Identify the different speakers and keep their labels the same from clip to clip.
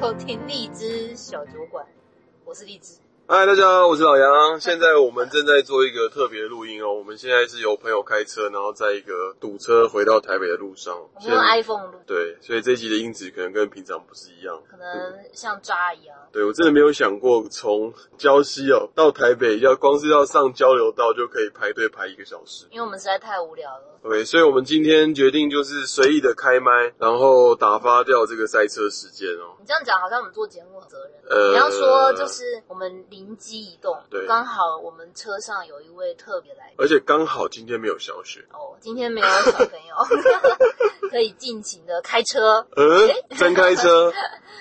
Speaker 1: 收听荔枝小酒馆，我是荔枝。
Speaker 2: 嗨，大家好，我是老杨。现在我们正在做一个特别录音哦。我们现在是由朋友开车，然后在一个堵车回到台北的路上。
Speaker 1: 我们用 iPhone 录，
Speaker 2: 对，所以这一集的音质可能跟平常不是一样。
Speaker 1: 可能像渣一样。
Speaker 2: 对我真的没有想过，从礁溪哦到台北，要光是要上交流道就可以排队排一个小时。
Speaker 1: 因为我们实在太无聊了。
Speaker 2: OK，所以我们今天决定就是随意的开麦，然后打发掉这个塞车时间哦。
Speaker 1: 你这样讲好像我们做节目很责任。
Speaker 2: 呃
Speaker 1: 你要说就是我们灵机一动，
Speaker 2: 对
Speaker 1: 刚好我们车上有一位特别来宾
Speaker 2: 而且刚好今天没有小雪，
Speaker 1: 哦，今天没有小朋 友，可以尽情的开车。
Speaker 2: 嗯，真开车。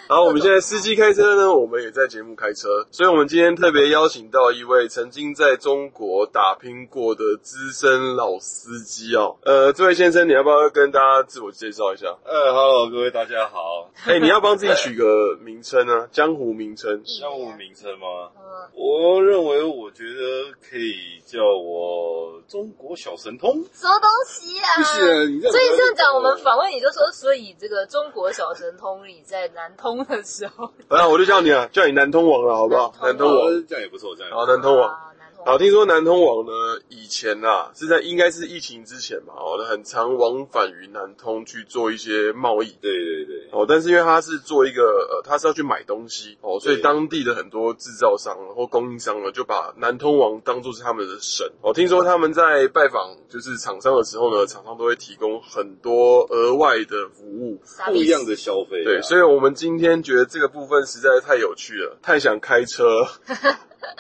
Speaker 2: 然后我们现在司机开车呢，我们也在节目开车，所以我们今天特别邀请到一位曾经在中国打拼过的资深老司机哦。呃，这位先生，你要不要跟大家自我介绍一 下？
Speaker 3: 呃，Hello，各位大家好，
Speaker 2: 哎、你要帮自己取个名称啊，江湖名称。
Speaker 1: 一
Speaker 3: 要我
Speaker 1: 年，
Speaker 3: 名称吗？
Speaker 1: 嗯，
Speaker 3: 我认为，我觉得可以叫我中国小神通。
Speaker 1: 什么东西啊？
Speaker 3: 不行，你这样
Speaker 1: 所以这样讲，我们访问你就说，所以这个中国小神通你在南通的时候，
Speaker 2: 好了，我就叫你啊，叫你南通王了，好不好？南
Speaker 1: 南
Speaker 2: 通
Speaker 1: 通
Speaker 2: 王
Speaker 3: 我，这样也不错，这样也
Speaker 2: 好，
Speaker 3: 不
Speaker 2: 南通王。
Speaker 1: 啊，南通
Speaker 2: 好，听说南通网呢，以前啊是在应该是疫情之前吧，哦，很常往返于南通去做一些贸易
Speaker 3: 错。对对对，
Speaker 2: 哦，但是因为他是做一个呃，他是要去买东西哦，所以
Speaker 3: 对
Speaker 2: 当地的很多制造商啊或供应商呢，就把南通王当做是他们的神哦。听说他们在拜访就是厂商的时候呢，厂商都会提供很多额外的服务。
Speaker 1: 傻
Speaker 3: 不
Speaker 1: 逼
Speaker 3: 一样的消费啊、
Speaker 2: 对，所以我们今天觉得这个部分实在太有趣了，太想开 车了。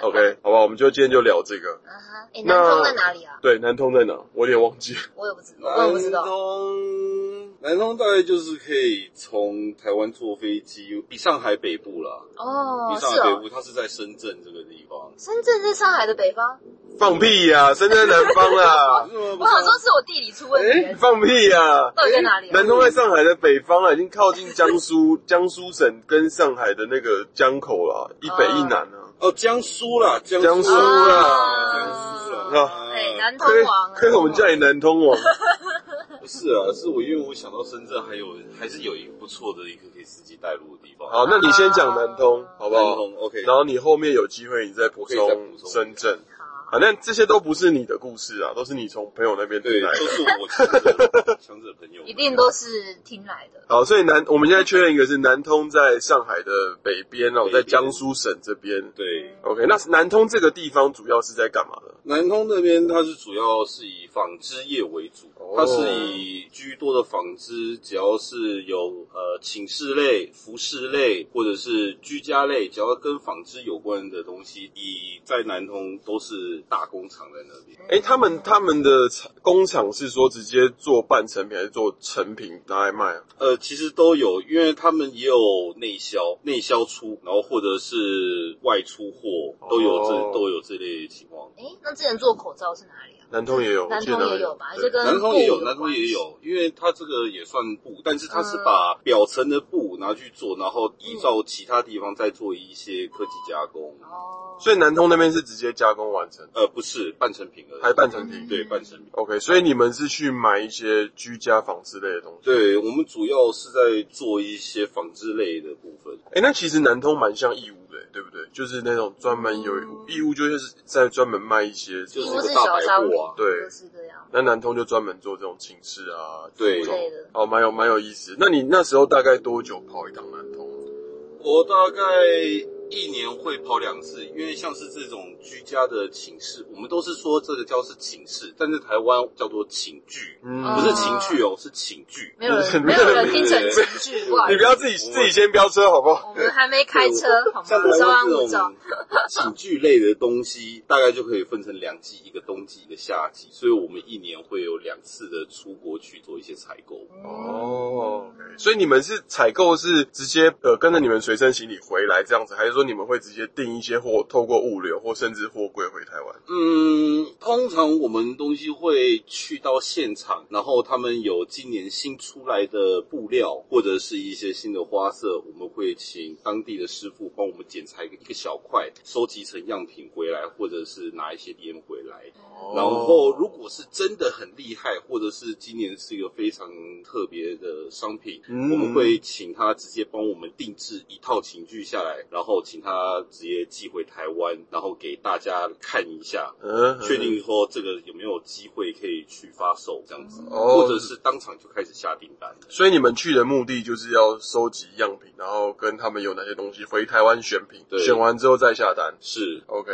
Speaker 2: OK，好吧，我们就今天就聊这个。
Speaker 1: 啊哈，哎，
Speaker 2: 那
Speaker 1: 南通在哪里啊？
Speaker 2: 对，南通在哪？我有点忘记。
Speaker 1: 我也不知道，我也不知
Speaker 3: 南
Speaker 1: 道。
Speaker 3: 通，南通大概就是可以从台湾坐飞机，比上海北部啦，
Speaker 1: 哦，
Speaker 3: 比上
Speaker 1: 是
Speaker 3: 海北
Speaker 1: 哦，啊
Speaker 3: 部，它是在深圳这个地方。
Speaker 1: 深圳是上海的北方。
Speaker 2: 放屁呀、深圳在南方啊啦，
Speaker 3: 啊
Speaker 1: 我想说是我地理出问
Speaker 3: 哎
Speaker 1: 题，
Speaker 2: 哎放屁呀、
Speaker 1: 到底在哪里啊？
Speaker 2: 南通在上海的北方啊，已经靠近江苏 江苏省跟上海的那个江口了，一北一南啊。
Speaker 3: 哦，江苏啦，江
Speaker 2: 江苏
Speaker 3: 哎
Speaker 1: 啦
Speaker 3: 江苏
Speaker 2: 啊
Speaker 3: 啦，
Speaker 1: 哎，南通
Speaker 2: 可以
Speaker 1: 王啊，
Speaker 2: 可以，我们叫你南通 王。
Speaker 3: 不是啊，是我因为我想到深圳还有还是有一个不错的一个可以司机带路的地方。
Speaker 2: 好，那你先讲南通，好不
Speaker 3: 南
Speaker 2: 好？
Speaker 3: 通 OK，
Speaker 2: 然后你后面有机会你再补
Speaker 3: 可以再
Speaker 2: 充
Speaker 3: 补充
Speaker 2: 深圳。
Speaker 1: 好
Speaker 2: 反正这些都不是你的故事啊，都是你从朋友那边
Speaker 3: 对，
Speaker 2: 来
Speaker 3: 都
Speaker 2: 的。
Speaker 3: 是我强者强者朋友，
Speaker 1: 一定都是听来的。
Speaker 2: 好，所以南我们现在确认一个是南通在上海的北边哦，
Speaker 3: 北边
Speaker 2: 在江苏省这边。
Speaker 1: 嗯
Speaker 3: 对。
Speaker 2: OK，那南通这个地方主要是在干嘛的？
Speaker 3: 南通那边它是主要是以纺织业为主
Speaker 2: 哦，
Speaker 3: 它是以居多的纺织，只要是有呃寝室类、服饰类或者是居家类，只要跟纺织有关的东西，以在南通都是大工厂在那边。
Speaker 2: 哎、他们他们的厂工厂是说直接做半成品还是做成品拿来卖啊？
Speaker 3: 呃，其实都有，因为他们也有内销、内销出，然后或者是外出货，都有这、
Speaker 2: 哦
Speaker 3: 都有这类情况。
Speaker 1: 哎，那之前做口罩是哪里啊？
Speaker 2: 南通也有，
Speaker 1: 南
Speaker 2: 我记得
Speaker 1: 通
Speaker 2: 哪
Speaker 1: 也
Speaker 2: 里
Speaker 1: 有吧，
Speaker 2: 对
Speaker 1: 就跟
Speaker 3: 南通也有，
Speaker 1: 布
Speaker 3: 南通也
Speaker 1: 关系。
Speaker 3: 有，因为它这个也算布，但是它是
Speaker 1: 嗯
Speaker 3: 把表层的布拿去做，然后依照其他地方再做一些科技加工。
Speaker 1: 哦，
Speaker 2: 所以南通那边是直接加工完成，
Speaker 3: 呃，不是半成品而已，
Speaker 2: 还半成品。
Speaker 1: 嗯
Speaker 3: 对半成品。
Speaker 2: OK，所以你们是去买一些居家纺织类的东西。
Speaker 3: 对我们主要是在做一些纺织类的部分，
Speaker 2: 哎、那其实南通蛮像义乌的，欸对不对？就是那种专门有
Speaker 1: 嗯
Speaker 2: 义乌，就是在专门卖一些，
Speaker 1: 几
Speaker 3: 就是
Speaker 1: 乎
Speaker 3: 那
Speaker 1: 哦是
Speaker 3: 个大
Speaker 1: 小
Speaker 3: 百
Speaker 1: 商品
Speaker 3: 货啊，
Speaker 2: 对
Speaker 1: 就是这样
Speaker 2: 那南通就专门做这种寝室啊，这
Speaker 3: 对
Speaker 1: 之
Speaker 2: 种
Speaker 1: 类的。
Speaker 2: 哦，蛮有蛮有意思。那你那时候大概多久跑一趟南通？啊
Speaker 3: 我大概一年会跑两次，因为像是这种居家的寝室，我们都是说这个叫是寝室，但是台湾叫做寝具，
Speaker 2: 嗯
Speaker 1: 啊
Speaker 3: 不是情趣哦，是寝具。
Speaker 1: 没有人， 没
Speaker 2: 没有
Speaker 1: 有
Speaker 2: 人
Speaker 1: 人听成情绪，不好
Speaker 2: 你
Speaker 1: 意
Speaker 2: 不
Speaker 1: 思，
Speaker 2: 要自己自己先飙车好不好？
Speaker 1: 我们还没开车，好吗？
Speaker 3: 像台
Speaker 1: 稍安
Speaker 3: 湾
Speaker 1: 勿
Speaker 3: 这
Speaker 1: 躁
Speaker 3: 种。寝具类的东西，大概就可以分成两季，一个冬季，一个夏季，所以我们一年会有两次的出国去做一些采购。
Speaker 2: 哦哦，所以你们是采购是直接呃跟着你们随身行李回来这样子，还是说说你们会直接订一些货，透过物流或甚至货柜回台湾？
Speaker 3: 嗯，通常我们东西会去到现场，然后他们有今年新出来的布料或者是一些新的花色，我们会请当地的师傅帮我们剪裁一个小块，收集成样品回来，或者是拿一些烟回来。哦
Speaker 2: 哦
Speaker 3: 然后，如果是真的很厉害，或者是今年是一个非常特别的商品，
Speaker 2: 嗯
Speaker 3: 我们会请他直接帮我们定制一套情具下来，然后请他直接寄回台湾，然后给大家看一下，
Speaker 2: 嗯，
Speaker 3: 确定说这个有没有机会可以去发售这样子，
Speaker 2: 哦
Speaker 3: 或者是当场就开始下订单。
Speaker 2: 所以你们去的目的就是要收集样品，然后跟他们有哪些东西回台湾选品，
Speaker 3: 对
Speaker 2: 选完之后再下单。
Speaker 3: 是，
Speaker 2: OK，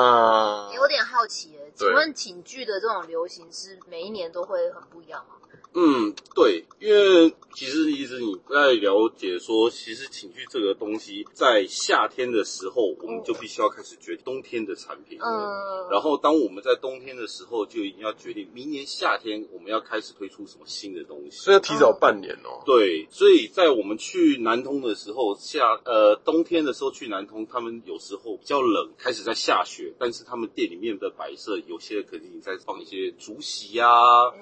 Speaker 2: 那
Speaker 1: 有点好奇耶，
Speaker 2: 对
Speaker 1: 请问寝具的这种流行是每一年都会很不一样吗？
Speaker 3: 嗯，对，因为其实一直你在了解说，其实情趣这个东西在夏天的时候，我们就必须要开始决定冬天的产品。
Speaker 1: 嗯，
Speaker 3: 然后，当我们在冬天的时候，就已经要决定明年夏天我们要开始推出什么新的东西。
Speaker 2: 所以要提早半年哦、
Speaker 3: 对，所以在我们去南通的时候，夏呃冬天的时候去南通，他们有时候比较冷，开始在下雪，但是他们店里面的摆设有些肯定在放一些竹席啊，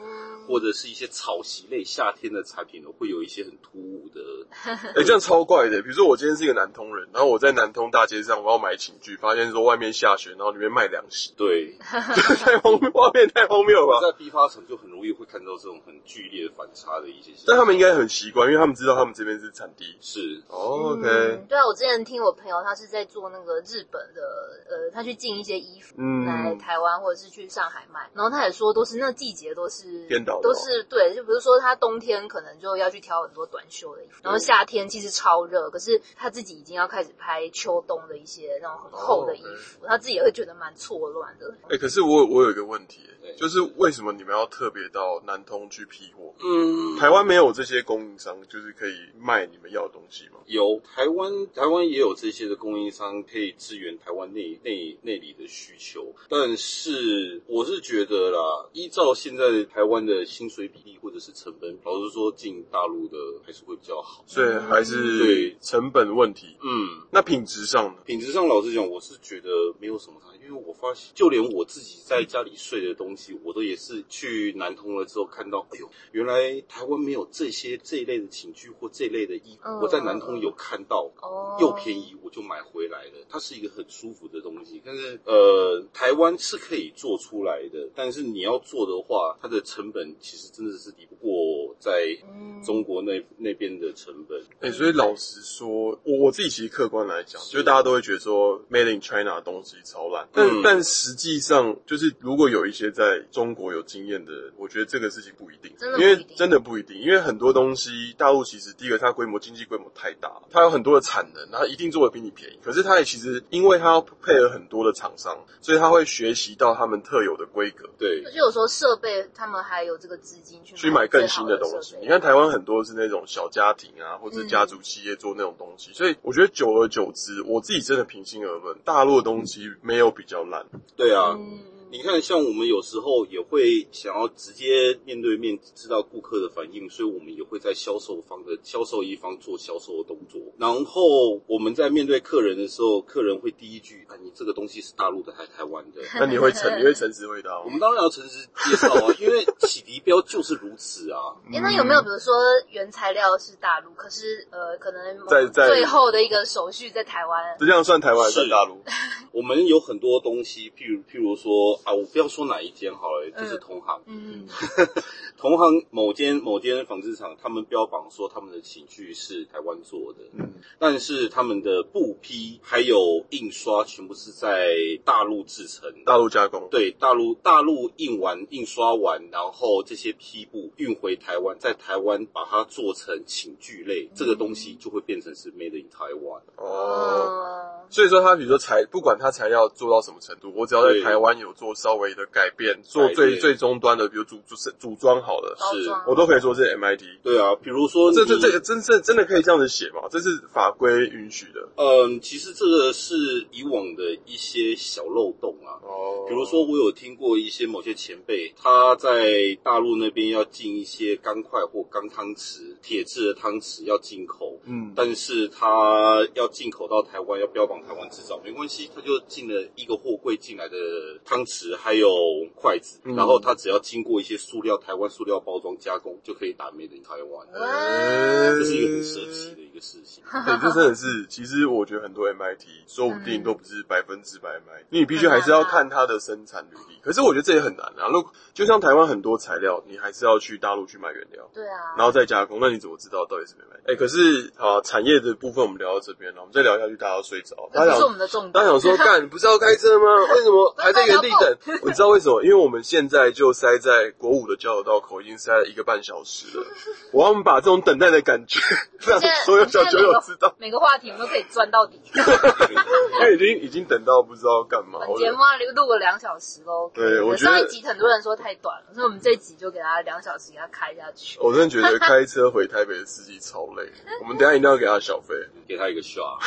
Speaker 1: 嗯
Speaker 3: 或者是一些草席类夏天的产品呢，会有一些很突兀的。
Speaker 2: 哎、这样超怪的。比如说我今天是一个南通人，然后我在南通大街上我要买寝具，发现说外面下雪，然后里面卖凉席，
Speaker 3: 对，
Speaker 2: 太荒谬，画面太荒谬了吧？
Speaker 3: 在批发城就很容易会看到这种很剧烈反差的一些现象。
Speaker 2: 但他们应该很习惯，因为他们知道他们这边是产地。
Speaker 3: 是
Speaker 2: 哦 OK，
Speaker 1: 嗯对啊，我之前听我朋友，他是在做那个日本的，呃，他去进一些衣服
Speaker 2: 嗯
Speaker 1: 来台湾或者是去上海卖，然后他也说都是那季节都是
Speaker 2: 颠倒的
Speaker 1: 都
Speaker 2: 哦
Speaker 1: 是对，就比如说他冬天可能就要去挑很多短袖的衣服，然后夏天其实超热，可是他自己已经要开始拍秋冬的一些那种很厚
Speaker 3: 哦
Speaker 1: 的衣服，他自己也会觉得蛮错乱的。
Speaker 2: 哎、可是我我有一个问题、
Speaker 3: 对
Speaker 2: 就是为什么你们要特别到南通去批货？
Speaker 3: 嗯
Speaker 2: 台湾没有这些供应商，就是可以卖你们要的东西吗？
Speaker 3: 有台湾，台湾也有这些的供应商可以支援台湾内内内里的需求，但是我是觉得啦，依照现在台湾的薪水比例或者是成本，老实说，进大陆的还是会比较好。
Speaker 2: 所以还是
Speaker 3: 对
Speaker 2: 成本问题。
Speaker 3: 嗯，
Speaker 2: 那品质上呢？
Speaker 3: 品质上老实讲，我是觉得没有什么差，因为我发现，就连我自己在家里睡的东西，我都也是去南通了之后看到，哎呦，原来台湾没有这些这一类的寝具或这一类的衣服，
Speaker 1: 嗯
Speaker 3: 我在南通有看到，
Speaker 1: 哦，
Speaker 3: 又便宜，我就买回来了。它是一个很舒服的东西，但是呃，台湾是可以做出来的，但是你要做的话，它的成本其实真的是抵不过在
Speaker 1: 嗯，
Speaker 3: 中国那那边的成本。
Speaker 2: 哎、所以老实说，我我自己其实客观来讲，
Speaker 3: 是
Speaker 2: 就是大家都会觉得说 Made in China 的东西超烂，但、
Speaker 3: 嗯
Speaker 2: 但实际上，就是如果有一些在中国有经验的人，我觉得这个事情不一定，
Speaker 1: 真的不
Speaker 2: 因
Speaker 1: 一定
Speaker 2: 为真的不一定，因为很多东西大陆其实第一个它规模经济规模太大，它有很多的产能，然后一定做的比你便宜，可是它也其实因为它要配合很多的厂商，所以它会学习到他们特有的规格。
Speaker 3: 对，
Speaker 1: 就有时候设备他们还有这个资金去
Speaker 2: 去买更
Speaker 1: 最好
Speaker 2: 新
Speaker 1: 的
Speaker 2: 的东
Speaker 1: 设
Speaker 2: 西。
Speaker 1: 备嗯
Speaker 2: 你看台湾很多是那种小家庭啊，或是家族企业做那种东西，所以我觉得久而久之，我自己真的平心而论，大陆的东西没有比较烂。
Speaker 3: 对啊。
Speaker 1: 嗯
Speaker 3: 你看，像我们有时候也会想要直接面对面知道顾客的反应，所以我们也会在销售方的销售一方做销售的动作。然后我们在面对客人的时候，客人会第一句啊，你这个东西是大陆的还是台湾的？
Speaker 2: 那你 会诚，你会诚实回答
Speaker 3: 我们
Speaker 2: 吗？
Speaker 3: 当然要诚实介绍啊，因为洗涤标就是如此啊。
Speaker 1: 诶那有没有比如说原材料是大陆，可是呃，可能某
Speaker 2: 在在
Speaker 1: 最后的一个手续在台湾？
Speaker 2: 这样算台湾还是算
Speaker 3: 是
Speaker 2: 大陆？
Speaker 3: 我们有很多东西，譬如譬如说啊，我不要说哪一间好了，就是
Speaker 1: 嗯
Speaker 3: 同行。
Speaker 1: 嗯，
Speaker 3: 同行某间某间纺织厂，他们标榜说他们的寝具是台湾做的，
Speaker 2: 嗯
Speaker 3: 但是他们的布匹还有印刷全部是在大陆制成的。
Speaker 2: 大陆加工。
Speaker 3: 对，大陆大陆印完、印刷完，然后这些批布运回台湾，在台湾把它做成寝具
Speaker 2: 嗯
Speaker 3: 类，这个东西就会变成是 made in 台湾。
Speaker 2: 哦。
Speaker 1: 嗯
Speaker 2: 所以说，它比如说材，不管它材料做到什么程度，我只要在
Speaker 3: 对
Speaker 2: 台湾有做稍微的改变，做最
Speaker 3: 变
Speaker 2: 最终端的，比如组组组装好了，
Speaker 1: 包
Speaker 3: 是
Speaker 1: 装
Speaker 2: 我都可以说是 MIT。
Speaker 3: 对啊，比如说
Speaker 2: 这这
Speaker 3: 你
Speaker 2: 这真是真的可以这样子写吗？这是法规允许的
Speaker 3: 嗯，其实这个是以往的一些小漏洞啊。
Speaker 2: 哦
Speaker 3: 比如说，我有听过一些某些前辈，他在大陆那边要进一些钢块或钢汤匙、铁制的汤匙要进口，
Speaker 2: 嗯，
Speaker 3: 但是他要进口到台湾，要标榜台湾制造，没关系，他就进了一个货柜进来的汤匙还有筷子，
Speaker 2: 嗯
Speaker 3: 然后他只要经过一些塑料台湾塑料包装加工，就可以打 Made in 台湾，
Speaker 1: 哇
Speaker 3: 这是一个很奢侈的一个事情。
Speaker 2: 哎对，这真的是，其实我觉得很多 MIT 说不定都不是百分之百 MIT，因为你必须还是要看它的生产履历。可是我觉得这也很难啊。如果就像台湾很多材料，你还是要去大陆去买原料，
Speaker 1: 对啊，
Speaker 2: 然后再加工，那你怎么知道到底是没 MIT？哎、可是啊，产业的部分我们聊到这边了，我们再聊下去大家要睡着。大
Speaker 1: 这不
Speaker 2: 家想
Speaker 1: 是我们的重
Speaker 2: 大
Speaker 1: 点
Speaker 2: 家。想说，干不是要开车 吗？为什么还在原地 等？我知道为什么，因为我们现在就塞在国五的交流道口，已经塞了一个半小时 了。我要我们把这种等待的感觉 让
Speaker 1: 现在
Speaker 2: 所有小
Speaker 1: 现在
Speaker 2: 朋
Speaker 1: 每
Speaker 2: 友
Speaker 1: 个
Speaker 2: 知道，
Speaker 1: 每个话题我们都可以钻到底。
Speaker 2: 因为已经已经等到不知道干嘛。
Speaker 1: 本
Speaker 2: 我
Speaker 1: 节目要录个两小时喽。
Speaker 2: 对我觉得
Speaker 1: 上一集很多人说太短了，所以我们这一集就给他两小时，给他开下 去。
Speaker 2: 我真的觉得开车回台北的司机超累，我们等一下一定要给他小费。
Speaker 3: 给他一个 shot。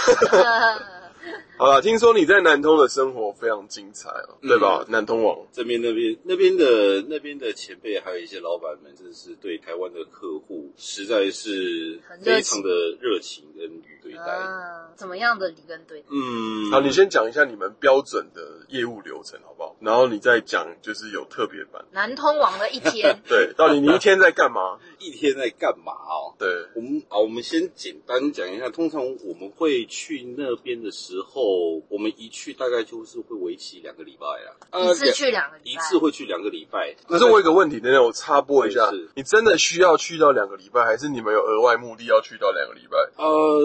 Speaker 2: 好了，听说你在南通的生活非常精彩哦，对吧？南通网
Speaker 3: 这边那边那边的那边的前辈，还有一些老板们，真的是对台湾的客户实在是
Speaker 1: 很热
Speaker 3: 非
Speaker 1: 情
Speaker 3: 常的热情跟与对待。
Speaker 1: 嗯，怎么样的理跟对待？
Speaker 3: 嗯，
Speaker 2: 好，你先讲一下你们标准的业务流程好不好？然后你再讲就是有特别版。，
Speaker 1: 南通王的一天
Speaker 2: 对，到底你一天在干嘛？
Speaker 3: 一天在干嘛哦？
Speaker 2: 对，
Speaker 3: 我们啊，我们先简单讲一下。通常我们会去那边的时候，我们一去大概就是会为期两个礼拜啦。
Speaker 2: 呃
Speaker 3: 啊
Speaker 1: 一次
Speaker 3: 两
Speaker 1: 去两个礼
Speaker 3: 一
Speaker 1: 拜，
Speaker 3: 次会去两个礼拜。
Speaker 2: 可是我有个问题，等等我插播一下
Speaker 3: 是，
Speaker 2: 你真的需要去到两个礼拜，还是你们有额外目的要去到两个礼拜？
Speaker 3: 呃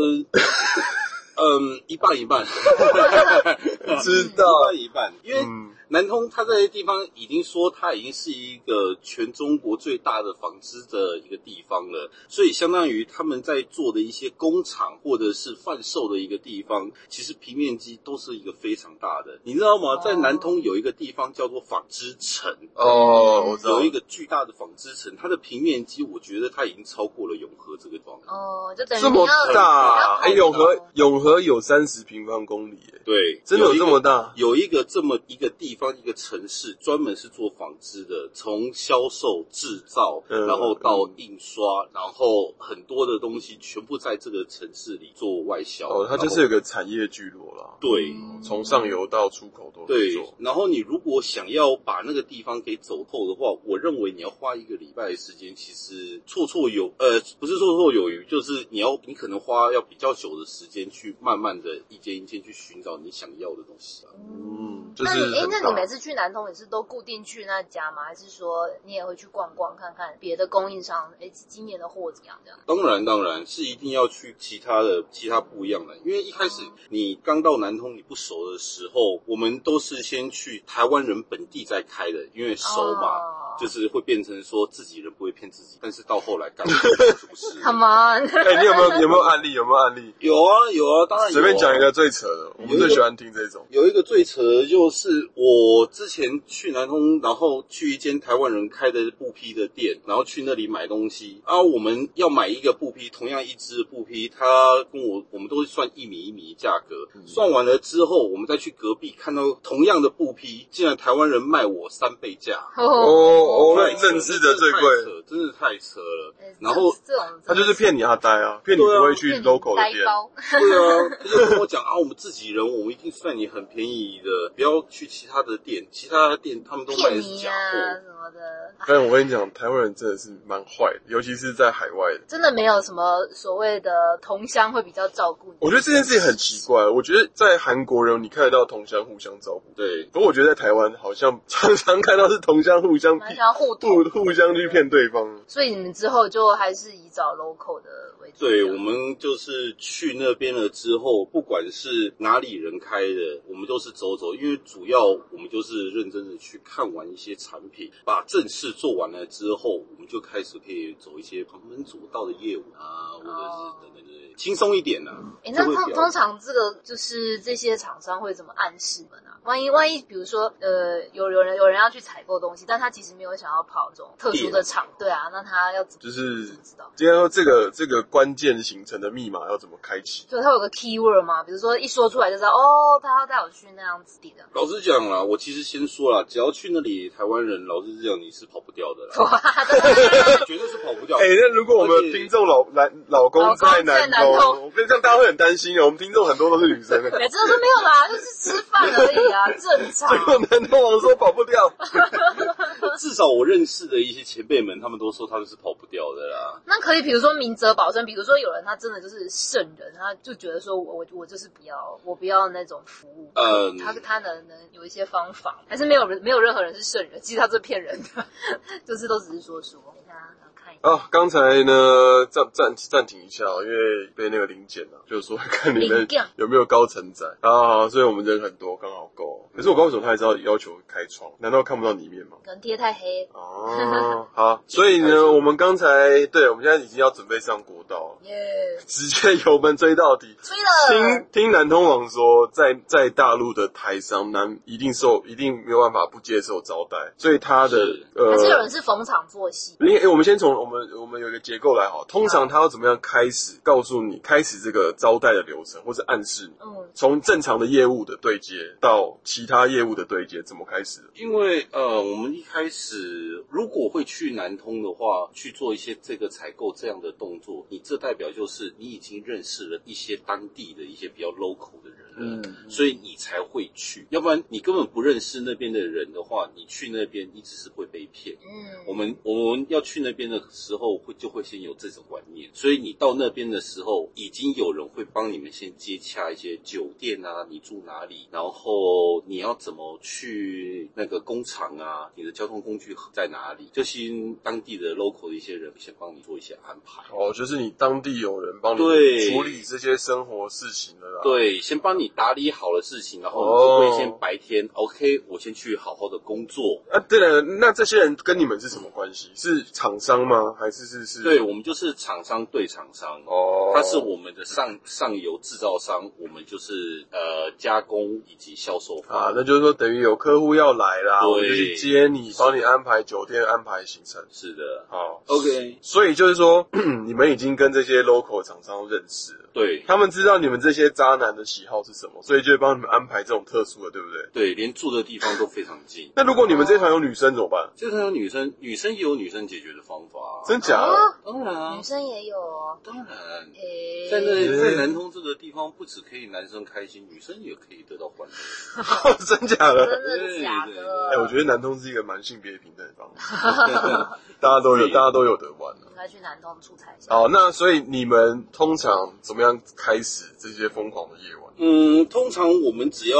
Speaker 3: 嗯，一半 一半，
Speaker 2: 知
Speaker 3: 一
Speaker 2: 道，
Speaker 3: 半一半，因为。
Speaker 2: 嗯，
Speaker 3: 南通它在地方已经说它已经是一个全中国最大的纺织的一个地方了，所以相当于他们在做的一些工厂或者是贩售的一个地方，其实平面积都是一个非常大的，你知道吗？在南通有一个地方叫做纺织城。
Speaker 2: 哦，我知道
Speaker 3: 有，一个巨大的纺织城，它的平面积，我觉得它已经超过了永和这个地方。
Speaker 1: 哦，就等于
Speaker 2: 这么
Speaker 1: 你要
Speaker 2: 大，哎，
Speaker 1: 你要哦跑
Speaker 2: 永
Speaker 1: 走
Speaker 2: 和永和有三十平方公里，哎，
Speaker 3: 对，
Speaker 2: 真的有
Speaker 3: 一
Speaker 2: 这
Speaker 3: 个
Speaker 2: 么大？
Speaker 3: 有一个这么一个地方，一个城市，专门是做纺织的，从销售、制造，
Speaker 2: 嗯
Speaker 3: 然后到印刷，然后很多的东西全部在这个城市里做外销。
Speaker 2: 哦，它就是有嗯个产业聚落啦，
Speaker 3: 对。
Speaker 2: 从上游到出口都可以
Speaker 3: 对
Speaker 2: 做，，
Speaker 3: 然后你如果想要把那个地方给走透的话，我认为你要花一个礼拜的时间，其实绰绰有呃，不是绰绰有余，就是你要你可能花要比较久的时间去慢慢的一间一间去寻找你想要的东西啊。
Speaker 2: 嗯，就
Speaker 1: 那
Speaker 2: 是
Speaker 1: 你哎
Speaker 2: 很，
Speaker 1: 那
Speaker 2: 大
Speaker 1: 你每次去南通也是都固定去那家吗？还是说你也会去逛逛看看别的供应商？哎，今年的货怎样？这样
Speaker 3: 当然，当然是一定要去其他的、其他不一样的，因为一开始你刚到南通你不熟的时候，我们都是先去台湾人本地在开的，因为熟嘛，
Speaker 1: 哦
Speaker 3: 就是会变成说自己人不会骗自己，但是到后来干嘛是不是？
Speaker 1: Come on，
Speaker 2: 哎，你有没有有没有案例？有没有案例？
Speaker 3: 有啊有啊，当然有啊
Speaker 2: 随便讲一个最扯的，我们最喜欢听这种。
Speaker 3: 有一个最扯的就是我之前去南通，然后去一间台湾人开的布匹的店，然后去那里买东西啊。我们要买一个布匹，同样一只布匹，它跟我我们都是算一米一米的价格，算完了之后，我们再去隔壁看到同样的布匹，竟然台湾人卖我三倍价。
Speaker 1: 哦，
Speaker 2: 哦哦，
Speaker 3: 太
Speaker 2: 那
Speaker 3: 扯
Speaker 2: 正式的最贵。
Speaker 3: 真的太扯，真的太扯了
Speaker 1: 哎。
Speaker 3: 然后
Speaker 1: 这这种
Speaker 2: 他就是骗你阿呆啊，骗你
Speaker 3: 对啊
Speaker 2: 不会去 local 的店
Speaker 1: 呆。高，
Speaker 3: 对啊，他就跟我讲啊，我们自己人，我们一定算你很便宜的，不要去其他的店，其他的店他们都卖
Speaker 1: 骗
Speaker 3: 的是
Speaker 1: 你
Speaker 3: 假
Speaker 1: 啊
Speaker 3: 货。
Speaker 1: 什么的，
Speaker 2: 但我跟你讲，台湾人真的是蛮坏的，尤其是在海外的。
Speaker 1: 真的没有什么所谓的同乡会比较照顾你。
Speaker 2: 我觉得这件事情很奇怪。我觉得在韩国人你看得到同乡互相照顾，
Speaker 3: 对，啊
Speaker 2: 可我觉得在台湾好像常常看到是同乡互相
Speaker 1: 蛮
Speaker 2: 骗，
Speaker 1: 想要互动
Speaker 2: 互，互相去骗对方。
Speaker 1: 所以你们之后就还是以找 local 的为主。
Speaker 3: 对，我们就是去那边了之后，不管是哪里人开的，我们都是走走，因为主要我们就是认真的去看完一些产品，把正事做完了之后，我们就开始可以走一些旁门左道的业务啊，或者是等等的。轻松一点呢、
Speaker 1: 哎、
Speaker 3: 这
Speaker 1: 那
Speaker 3: 会
Speaker 1: 通
Speaker 3: 比较
Speaker 1: 通常这个就是这些厂商会怎么暗示你们啊？万一万一，比如说呃，有有人有人要去采购东西，但他其实没有想要跑这种特殊的厂，对啊，那他要怎么
Speaker 2: 就是
Speaker 1: 怎么知道？
Speaker 2: 今天说这个这个关键形成的密码要怎么开启？
Speaker 1: 就他有个 keyword 嘛，比如说一说出来就知道哦，他要带我去那样子地的。
Speaker 3: 老实讲啦，我其实先说啦，只要去那里，台湾人老实讲你是跑不掉的啦，
Speaker 1: 哇，
Speaker 3: 绝对是跑不掉。
Speaker 2: 哎、那如果我们听众老男老公在
Speaker 1: 老公
Speaker 2: 南
Speaker 1: 在南
Speaker 2: 通，我跟这样大家会很担心的。我们听众很多都是 女生的，
Speaker 1: 每次都说没有啦， 就是吃饭而已 啊，正常
Speaker 2: 结。果南通王说跑不掉。
Speaker 3: 至少我认识的一些前辈们，他们都说他们是跑不掉的啦。
Speaker 1: 那可以，比如说明哲保身，比如说有人他真的就是圣人，他就觉得说我我我就是不要我不要那种服务，
Speaker 3: 嗯
Speaker 1: 他他能能有一些方法，还是没有人没有任何人是圣人，其实他是骗人的， 就是都只是说说。大家看一下，
Speaker 2: 啊，刚才呢暂暂暂停一下哦，因为被那个临检了，就是说看你们
Speaker 1: 临检
Speaker 2: 有没有高承载啊，所以我们人很多，刚好够。可是我高手他还是要要求开窗，难道看不到里面吗？
Speaker 1: 可能贴太黑，
Speaker 2: 哦，好，所以呢，我们刚才对，我们现在已经要准备上国道了，
Speaker 1: 耶、
Speaker 2: 直接油门追到底。
Speaker 1: 吹了
Speaker 2: 听。听南通网说，在在大陆的台商南一定受一定没有办法不接受招待，所以他的
Speaker 3: 是
Speaker 1: 还是有人
Speaker 2: 呃，
Speaker 1: 是逢场作戏，
Speaker 2: 因为我们先从我们我们有一个结构来好，通常他要怎么样开始告诉你开始这个招待的流程，或是暗示你
Speaker 1: 嗯，
Speaker 2: 从正常的业务的对接到其他业务的对接怎么开始的？
Speaker 3: 因为呃，我们一开始如果会去南通的话，去做一些这个采购这样的动作，你这代表就是你已经认识了一些当地的一些比较 local 的人了。
Speaker 2: 嗯，
Speaker 3: 所以你才会去，要不然你根本不认识那边的人的话，你去那边你只是会被骗。
Speaker 1: 嗯，
Speaker 3: 我们我们要去那边的时候会就会先有这种观念，所以你到那边的时候，已经有人会帮你们先接洽一些酒店啊，你住哪里，然后你要怎么去那个工厂啊，你的交通工具在哪里，就先当地的 local 的一些人先帮你做一些安排。
Speaker 2: 哦，就是你当地有人帮你
Speaker 3: 对
Speaker 2: 处理这些生活事情的啦。，
Speaker 3: 对，先帮你打理好了事情，然后
Speaker 2: 哦
Speaker 3: 你就会先白天、OK，我先去好好的工作，
Speaker 2: 啊，对了，那这些人跟你们是什么关系？是厂商吗？还是是是？
Speaker 3: 对，我们就是厂商对厂商，
Speaker 2: 哦，
Speaker 3: 它是我们的上上游制造商，我们就是呃加工以及销售方。
Speaker 2: 啊，那就是说等于有客户要来啦，
Speaker 3: 对
Speaker 2: 我就去接你，帮你安排酒店、安排行程。
Speaker 3: 是的
Speaker 2: 好，
Speaker 3: ，OK，
Speaker 2: 所以就是说， 你们已经跟这些 local 厂商认识了，
Speaker 3: 对
Speaker 2: 他们知道你们这些渣男的喜好是什么，所以就会帮你们安排这种特殊的，对不对？
Speaker 3: 对，连住的地方都非常近。
Speaker 2: 那如果你们这团有女生怎么办？
Speaker 3: 这个女生，女生也有女生解决的方法，啊
Speaker 2: 真假的？
Speaker 3: 当然啊
Speaker 1: 哦女，生也有哦，
Speaker 3: 当然。
Speaker 1: 诶、
Speaker 3: 在那
Speaker 2: 嗯
Speaker 3: 在南通这个地方，不只可以男生开心，女生也可以得到欢乐。
Speaker 2: 真假的？
Speaker 1: 真的假
Speaker 3: 对对
Speaker 1: 的？
Speaker 2: 哎、我觉得南通是一个蛮性别平等的地方，大家都有，大家都有得玩啊
Speaker 1: 应该去南通出差一下。
Speaker 2: 好，那所以你们通常怎么样开始这些疯狂的夜晚？
Speaker 3: 嗯，通常我们只要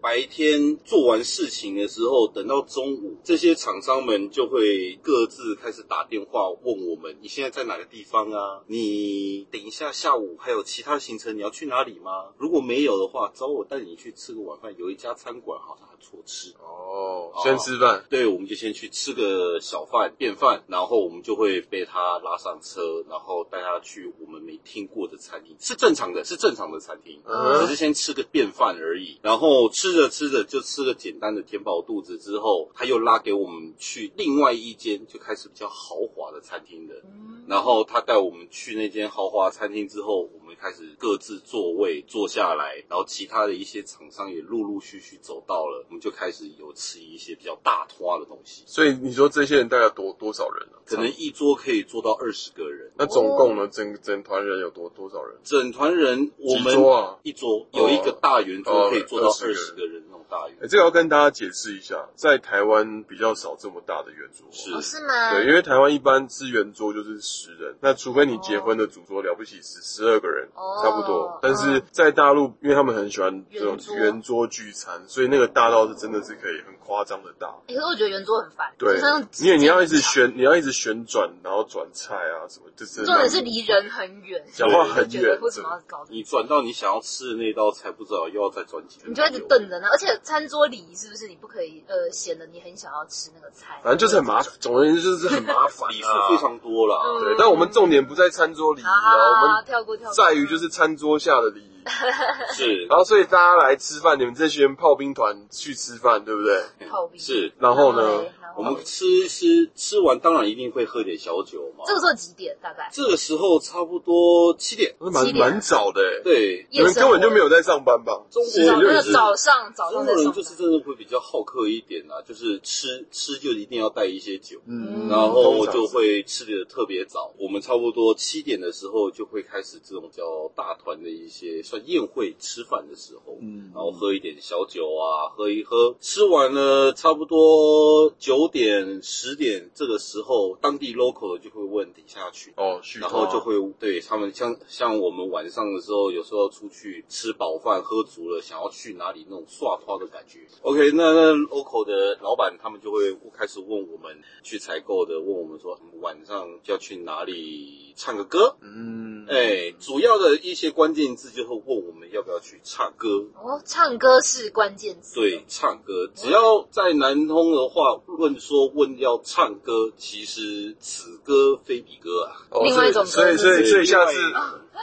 Speaker 3: 白天做完事情的时候，等到中午，这些厂商们就会各自开始打电话问我们：你现在在哪个地方啊？你等一下下午还有其他行程，你要去哪里吗？如果没有的话，找我带你去吃个晚饭，有一家餐馆好像还不错吃。
Speaker 2: 哦，先吃饭。
Speaker 3: 对，我们就先去吃个小饭便饭，然后我们就会被他拉上车，然后带他去我们没听过的餐厅，是正常的，是正常的餐厅，
Speaker 2: 嗯
Speaker 3: 只是先吃个便饭而已。然后吃着吃着就吃个简单的填饱肚子之后，他又拉给我们去另外一间就开始比较豪华的餐厅了。
Speaker 1: 嗯，
Speaker 3: 然后他带我们去那间豪华餐厅之后，我们开始各自座位坐下来，然后其他的一些厂商也陆陆续续走到了，我们就开始有吃一些比较大托的东西，
Speaker 2: 所以你说这些人大概多多少人啊？
Speaker 3: 可能一桌可以坐到二十个人。
Speaker 2: 那总共呢，整整团人有多多少人？
Speaker 3: 整团人我们
Speaker 2: 几桌啊
Speaker 3: 一桌有一个大圆
Speaker 2: 哦
Speaker 3: 桌可以坐到
Speaker 2: 20
Speaker 3: 二
Speaker 2: 个
Speaker 3: 十个人那种大圆
Speaker 2: 哎、，这个要跟大家解释一下，在台湾比较少这么大的圆桌。
Speaker 3: 是
Speaker 1: 哦是吗？
Speaker 2: 对，因为台湾一般吃圆桌就是十人，那除非你结婚的主桌了不起十十二个人，
Speaker 1: 哦
Speaker 2: 差不多。但是在大陆，因为他们很喜欢这种
Speaker 1: 圆桌
Speaker 2: 圆桌聚餐，所以那个大到是真的是可以很夸张的大。
Speaker 1: 欸可是我觉得圆桌很烦，
Speaker 2: 对
Speaker 1: 就像，
Speaker 2: 因为你要一直旋，你要一直旋转，然后转菜啊什么，就是
Speaker 1: 重点是离人很远，
Speaker 2: 讲话很
Speaker 1: 就觉得
Speaker 2: 远
Speaker 1: 为什么要搞这个？
Speaker 3: 你转到你想要吃的那道菜，不知道又要再转几个，
Speaker 1: 你就一直瞪着呢，而且餐桌礼仪是不是你不可以呃显得你很想要吃那个菜？
Speaker 2: 反正就是很麻烦。总而言之就是很麻烦、啊，
Speaker 3: 礼数非。常多啦。
Speaker 1: 嗯
Speaker 2: 对，但我们重点不在餐桌里仪
Speaker 1: 好好好
Speaker 2: 啊，
Speaker 1: 跳过跳
Speaker 2: 我
Speaker 1: 过，
Speaker 2: 们在于就是餐桌下的礼仪。
Speaker 3: 啊是
Speaker 2: 然后所以大家来吃饭，你们这群炮兵团去吃饭，对不对？
Speaker 1: 炮兵
Speaker 3: 是，
Speaker 2: 然后呢，？
Speaker 1: 然后
Speaker 3: 我们吃一吃吃完当然一定会喝点小酒嘛。
Speaker 1: 这个时候几点？大概
Speaker 3: 这个时候差不多七点，
Speaker 2: 那蛮
Speaker 1: 七点
Speaker 2: 蛮早的哎，
Speaker 3: 对，
Speaker 2: 你们根本就没有在上班吧？
Speaker 3: 中
Speaker 1: 夜生活。
Speaker 3: 国
Speaker 1: 啊那
Speaker 3: 人
Speaker 1: 个早上早
Speaker 3: 中
Speaker 1: 上
Speaker 3: 国
Speaker 1: 在
Speaker 3: 人
Speaker 1: 上
Speaker 3: 就是
Speaker 1: 班，
Speaker 3: 真的会比较好客一点啊，就是吃吃就一定要带一些酒，
Speaker 1: 嗯
Speaker 3: 然后就会吃的特别早。我们差不多七点的时候就会开始这种叫大团的一些算宴会吃饭的时候，
Speaker 4: 嗯
Speaker 3: 然后喝一点小酒啊，喝一喝，吃完了差不多九点十点这个时候，当地 local 的就会问底下去。
Speaker 2: 哦，续
Speaker 3: 然后
Speaker 2: 托
Speaker 3: 就会对他们像像我们晚上的时候，有时候出去吃饱饭喝足了，想要去哪里那种耍花的感觉。OK，那那 local 的老板他们就会开始问我们去采购的，问我们说嗯晚上要去哪里唱个歌。
Speaker 2: 嗯，
Speaker 3: 哎，主要的一些关键字就是问我们要不要去唱歌。
Speaker 1: 哦，唱歌是关键词。
Speaker 3: 对，唱歌，只要在南通的话，问说问要唱歌，其实此歌非彼歌啊。
Speaker 2: 哦
Speaker 1: 另外一种歌
Speaker 2: 所以所以所以所以
Speaker 3: 是另
Speaker 2: 下
Speaker 3: 外
Speaker 2: 次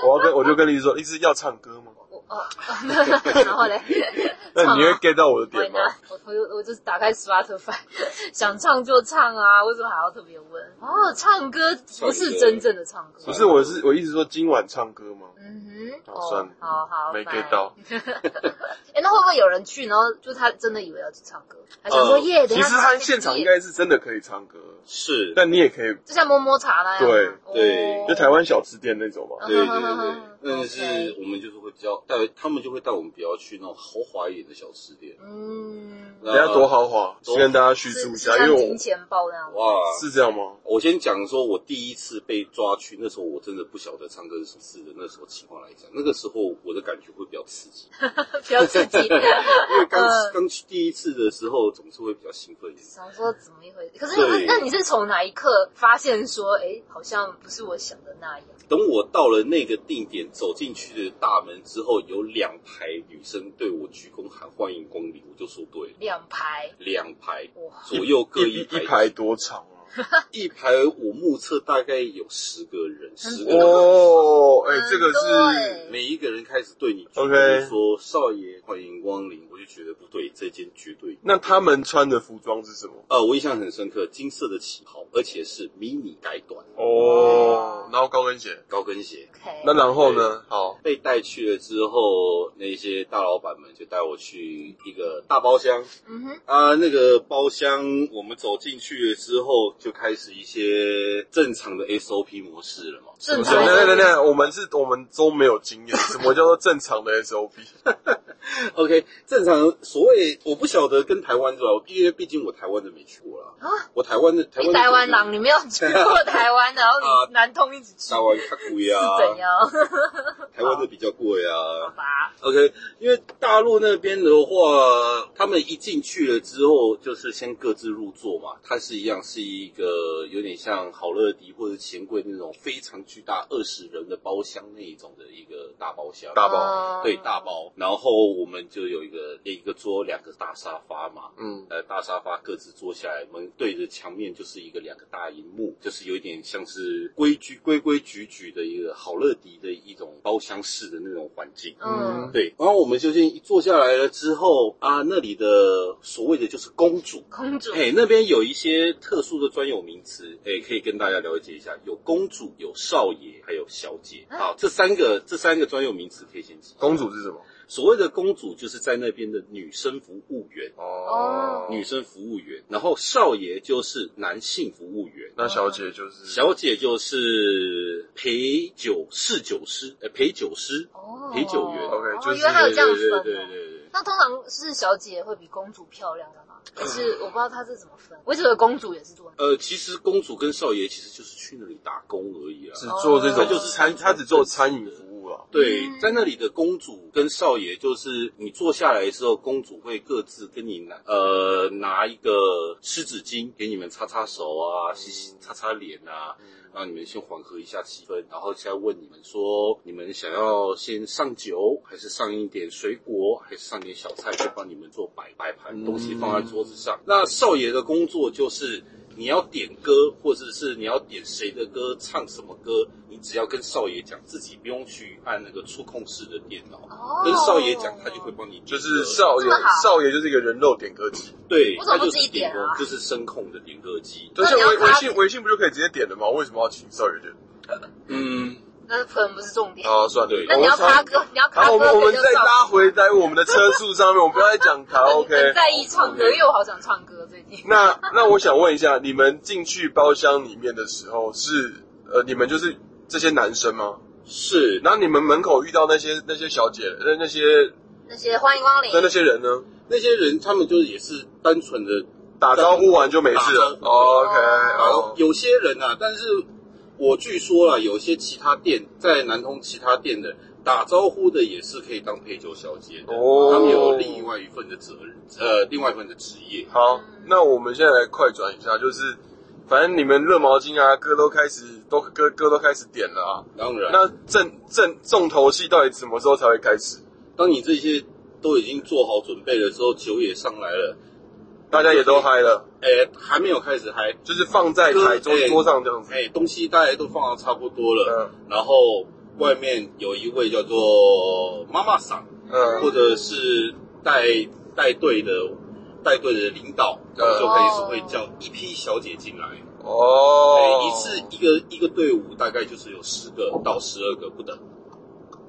Speaker 2: 我要跟我就跟你说，一直要唱歌吗？
Speaker 1: 我哦， 然后嘞，
Speaker 2: 那
Speaker 1: 唱
Speaker 2: 你会
Speaker 1: 啊
Speaker 2: get 到我的
Speaker 1: 我
Speaker 2: 点吗？
Speaker 1: 我我就我就是打开 Spotify，想 唱就唱啊，为什么还要特别问？哦，唱歌不是真正的唱歌。
Speaker 2: 不是，我是我意思说今晚唱歌吗？
Speaker 1: 嗯哼，
Speaker 2: 好算
Speaker 1: 哦
Speaker 2: 了，
Speaker 1: 好好，
Speaker 2: 没
Speaker 1: 拜
Speaker 2: get 到。
Speaker 1: 哎、那会不会有人去，然后就他真的以为要去唱歌，还想说
Speaker 3: 呃
Speaker 1: 耶？等
Speaker 2: 其
Speaker 1: 一
Speaker 2: 实
Speaker 1: 下
Speaker 2: 他
Speaker 1: 唱
Speaker 2: 现场应
Speaker 1: 夜
Speaker 2: 该是真的可以唱歌，
Speaker 3: 是，
Speaker 2: 但你也可以
Speaker 1: 就像摸摸茶那样吗，
Speaker 2: 对
Speaker 3: 对
Speaker 1: 哦
Speaker 2: 就台湾小吃店那种嘛。
Speaker 3: 对对 对，但
Speaker 1: OK
Speaker 3: 是我们就是会叫带他们就会带我们不要去那种豪华一点的小吃店，
Speaker 1: 嗯，
Speaker 3: 那
Speaker 2: 人家多豪华，
Speaker 3: 多
Speaker 2: 先跟大家叙述
Speaker 1: 是
Speaker 2: 一
Speaker 1: 是
Speaker 2: 下，因
Speaker 1: 像
Speaker 2: 为我
Speaker 1: 金钱豹那样吗，
Speaker 3: 哇。
Speaker 2: 是这样吗？
Speaker 3: 我先讲说，我第一次被抓去，那时候我真的不晓得唱歌是什么事的。那时候情况来讲，那个时候我的感觉会比较刺激，
Speaker 1: 不要自己
Speaker 3: 因为刚
Speaker 1: 嗯
Speaker 3: 刚去第一次的时候，总是会比较兴奋一点。
Speaker 1: 想说怎么一回事。可是你是
Speaker 3: 对
Speaker 1: 那你是从哪一刻发现说，哎、好像不是我想的那样？
Speaker 3: 等我到了那个定点，走进去的大门之后，有两排女生对我鞠躬喊欢迎光临，我就说对了，
Speaker 1: 两排
Speaker 3: 两排
Speaker 1: 哇，
Speaker 3: 左右各
Speaker 2: 一
Speaker 3: 排
Speaker 2: 一排多长 啊？
Speaker 3: 一排我目测大概有十个人，十个人，
Speaker 2: 哦，哎，
Speaker 1: 很
Speaker 2: 这个
Speaker 1: 多
Speaker 2: 是
Speaker 1: 哎
Speaker 3: 每一个人开始对你鞠
Speaker 2: OK
Speaker 3: 躬说“少爷，欢迎光临”，我就觉得不对，这间绝对。
Speaker 2: 那他们穿的服装是什么？
Speaker 3: 呃，我印象很深刻，金色的旗袍，而且是迷你改短
Speaker 2: 哦，然后高跟鞋。
Speaker 3: 高跟鞋。
Speaker 1: OK，
Speaker 2: 那然后呢？好，
Speaker 3: 被带去了之后，那些大老板们就带我去一个大包厢
Speaker 1: 嗯哼，
Speaker 3: 啊，那个包厢我们走进去了之后，就开始一些正常的 SOP 模式了嘛。
Speaker 1: 正
Speaker 2: 不是，
Speaker 1: 常
Speaker 2: 那那
Speaker 1: 的
Speaker 2: 那那，我们是我们都没有经验，什么叫做正常的 SOP？
Speaker 3: OK，正常所谓我不晓得跟台湾对吧？因为毕竟我台湾的没去过啦。
Speaker 1: 啊
Speaker 3: 我台湾的台湾
Speaker 1: 你
Speaker 3: 的
Speaker 1: 台湾狼，你没有去过台湾，然后
Speaker 3: 啊
Speaker 1: 你南通一直去
Speaker 3: 台。湾较贵啊，
Speaker 1: 是 怎样？
Speaker 3: 台湾的比较贵
Speaker 1: 好
Speaker 3: 啊。
Speaker 1: 吧，
Speaker 3: OK，因为大陆那边的话，他们一进去了之后，就是先各自入座嘛。它是一样是一个有点像好乐迪或者钱柜那种非常巨大二十人的包厢那一种的一个大包厢。
Speaker 2: 大包，
Speaker 1: 哦
Speaker 3: 对大包，然后我们就有一个一个桌两个大沙发嘛，
Speaker 2: 嗯，
Speaker 3: 呃大沙发各自坐下来，我们对着墙面就是一个两个大荧幕，就是有一点像是规矩规规矩矩的一个好乐迪的一种包厢式的那种环境。
Speaker 1: 嗯，
Speaker 3: 对，然后我们就先坐下来了之后啊，那里的所谓的就是公主。
Speaker 1: 公主，
Speaker 3: 哎，那边有一些特殊的专有名词，哎，可以跟大家了解一下，有公主、有少爷，还有小姐。
Speaker 1: 啊
Speaker 3: 好，这三个这三个专有名词可以先记。
Speaker 2: 公主是什么？
Speaker 3: 所谓的公主就是在那边的女生服务员，
Speaker 1: 哦
Speaker 3: 女生服务员，然后少爷就是男性服务员，
Speaker 2: 那小姐就是
Speaker 3: 小姐就是陪酒侍酒师，呃，陪酒师，
Speaker 1: 哦
Speaker 3: 陪酒员
Speaker 1: 哦
Speaker 2: OK，就是
Speaker 1: 原来还有这样
Speaker 3: 对对
Speaker 1: 分
Speaker 3: 对对
Speaker 1: 哦。
Speaker 3: 对对。
Speaker 1: 那通常是小姐会比公主漂亮的吗？
Speaker 3: 嗯
Speaker 1: 可是我不知道她是怎么分，我一直以为公主也是做
Speaker 3: 呃，其实公主跟少爷其实就是去那里打工而已啊。
Speaker 2: 只做这种
Speaker 1: 哦
Speaker 2: 就是餐，她只做餐饮服务啊。
Speaker 3: 对
Speaker 1: 嗯，
Speaker 3: 在那里的公主跟少爷，就是你坐下来之后，公主会各自跟你拿呃拿一个湿纸巾给你们擦擦手啊，洗洗擦擦脸啊，让你们先缓和一下气氛，然后再问你们说，你们想要先上酒，还是上一点水果，还是上点小菜，去帮你们做摆摆盘，东西放在桌子上。那少爷的工作就是你要点歌，或者是你要点谁的歌，唱什么歌，你只要跟少爷讲，自己不用去按那个触控式的电脑，
Speaker 1: 哦
Speaker 3: 跟少爷讲，他就会帮你点歌。
Speaker 2: 就是少爷
Speaker 1: 这么好，
Speaker 2: 少爷就是一个人肉点歌机。
Speaker 3: 对，
Speaker 1: 我怎么不
Speaker 3: 他就
Speaker 1: 自己
Speaker 3: 是
Speaker 1: 点
Speaker 3: 点
Speaker 1: 啊
Speaker 3: 歌，就是声控的点歌机。
Speaker 2: 但是
Speaker 1: 那你要
Speaker 2: 微
Speaker 1: 发
Speaker 2: 微信微信不就可以直接点了吗？为什么要请少爷点？
Speaker 3: 嗯，
Speaker 1: 那可能不是重
Speaker 3: 哦
Speaker 1: 点。
Speaker 2: 啊，算了，
Speaker 1: 那你要
Speaker 2: 我们
Speaker 1: 卡歌，你要卡
Speaker 2: 好，
Speaker 1: 歌，
Speaker 2: 我们我们
Speaker 1: 可能
Speaker 2: 再
Speaker 1: 就少
Speaker 2: 拉回来我们的车速上面，我们不要再讲卡拉 OK。
Speaker 1: 很在意唱歌，因为我好想唱歌最近。
Speaker 2: 那那我想问一下，你们进去包厢里面的时候是呃，你们就是这些男生吗？
Speaker 3: 是，那
Speaker 2: 然后你们门口遇到那些那些小姐，呃那那些
Speaker 1: 那些欢迎光临，
Speaker 2: 那那些人呢？
Speaker 3: 那些人他们就是也是单纯的
Speaker 2: 打招呼完就没事了
Speaker 3: 打招。呼
Speaker 2: 哦 OK，
Speaker 3: 然
Speaker 2: 哦
Speaker 1: 嗯
Speaker 3: 后，有些人啊，但是我据说啊，有些其他店在南通其他店的打招呼的也是可以当陪酒小姐的，
Speaker 2: 哦
Speaker 3: 他们有另外一份的责任，呃，另外一份的职业。
Speaker 2: 好，那我们现在来快转一下，就是反正你们热毛巾啊，歌都开始都歌歌都开始点了啊。
Speaker 3: 当然，
Speaker 2: 那正正重头戏到底什么时候才会开始？
Speaker 3: 当你这些都已经做好准备了之后，酒也上来了，
Speaker 2: 大家也都嗨了，
Speaker 3: 哎、还没有开始嗨，
Speaker 2: 就是放在台桌
Speaker 3: 对
Speaker 2: 桌上这样子。
Speaker 3: 哎、东西大家都放的差不多了，
Speaker 2: 嗯
Speaker 3: 然后外面有一位叫做妈妈桑，哎
Speaker 2: 嗯，
Speaker 3: 或者是带带队的带队的领导，他们就可以是会叫一批小姐进来，哎
Speaker 2: 哦
Speaker 3: 每，一次一个一个队伍大概就是有十个到十二个不等，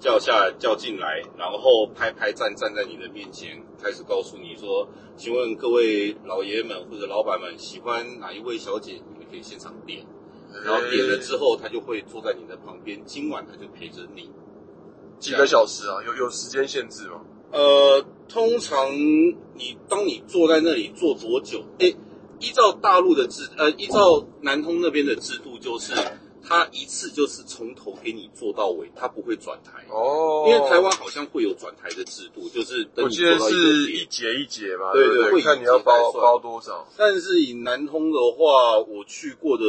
Speaker 3: 叫下来叫进来，然后排排站站在你的面前，开始告诉你说，请问各位老爷们或者老板们喜欢哪一位小姐，你们可以现场点，然后点了之后，他就会坐在你的旁边，今晚他就陪着你。
Speaker 2: 哎几个小时啊？有有时间限制吗？
Speaker 3: 呃，通常你当你坐在那里坐多久？诶，依照大陆的制，呃，依照南通那边的制度，就是他一次就是从头给你做到尾，他不会转台。
Speaker 2: 哦
Speaker 3: 因为台湾好像会有转台的制度，就是等
Speaker 2: 我
Speaker 3: 你
Speaker 2: 记
Speaker 3: 做
Speaker 2: 得
Speaker 3: 到一个
Speaker 2: 是一
Speaker 3: 点。
Speaker 2: 节一节嘛，
Speaker 3: 对
Speaker 2: 对
Speaker 3: 对会
Speaker 2: 看
Speaker 3: 一
Speaker 2: 你
Speaker 3: 节
Speaker 2: 要包
Speaker 3: 再算
Speaker 2: 包多少。
Speaker 3: 但是以南通的话，我去过的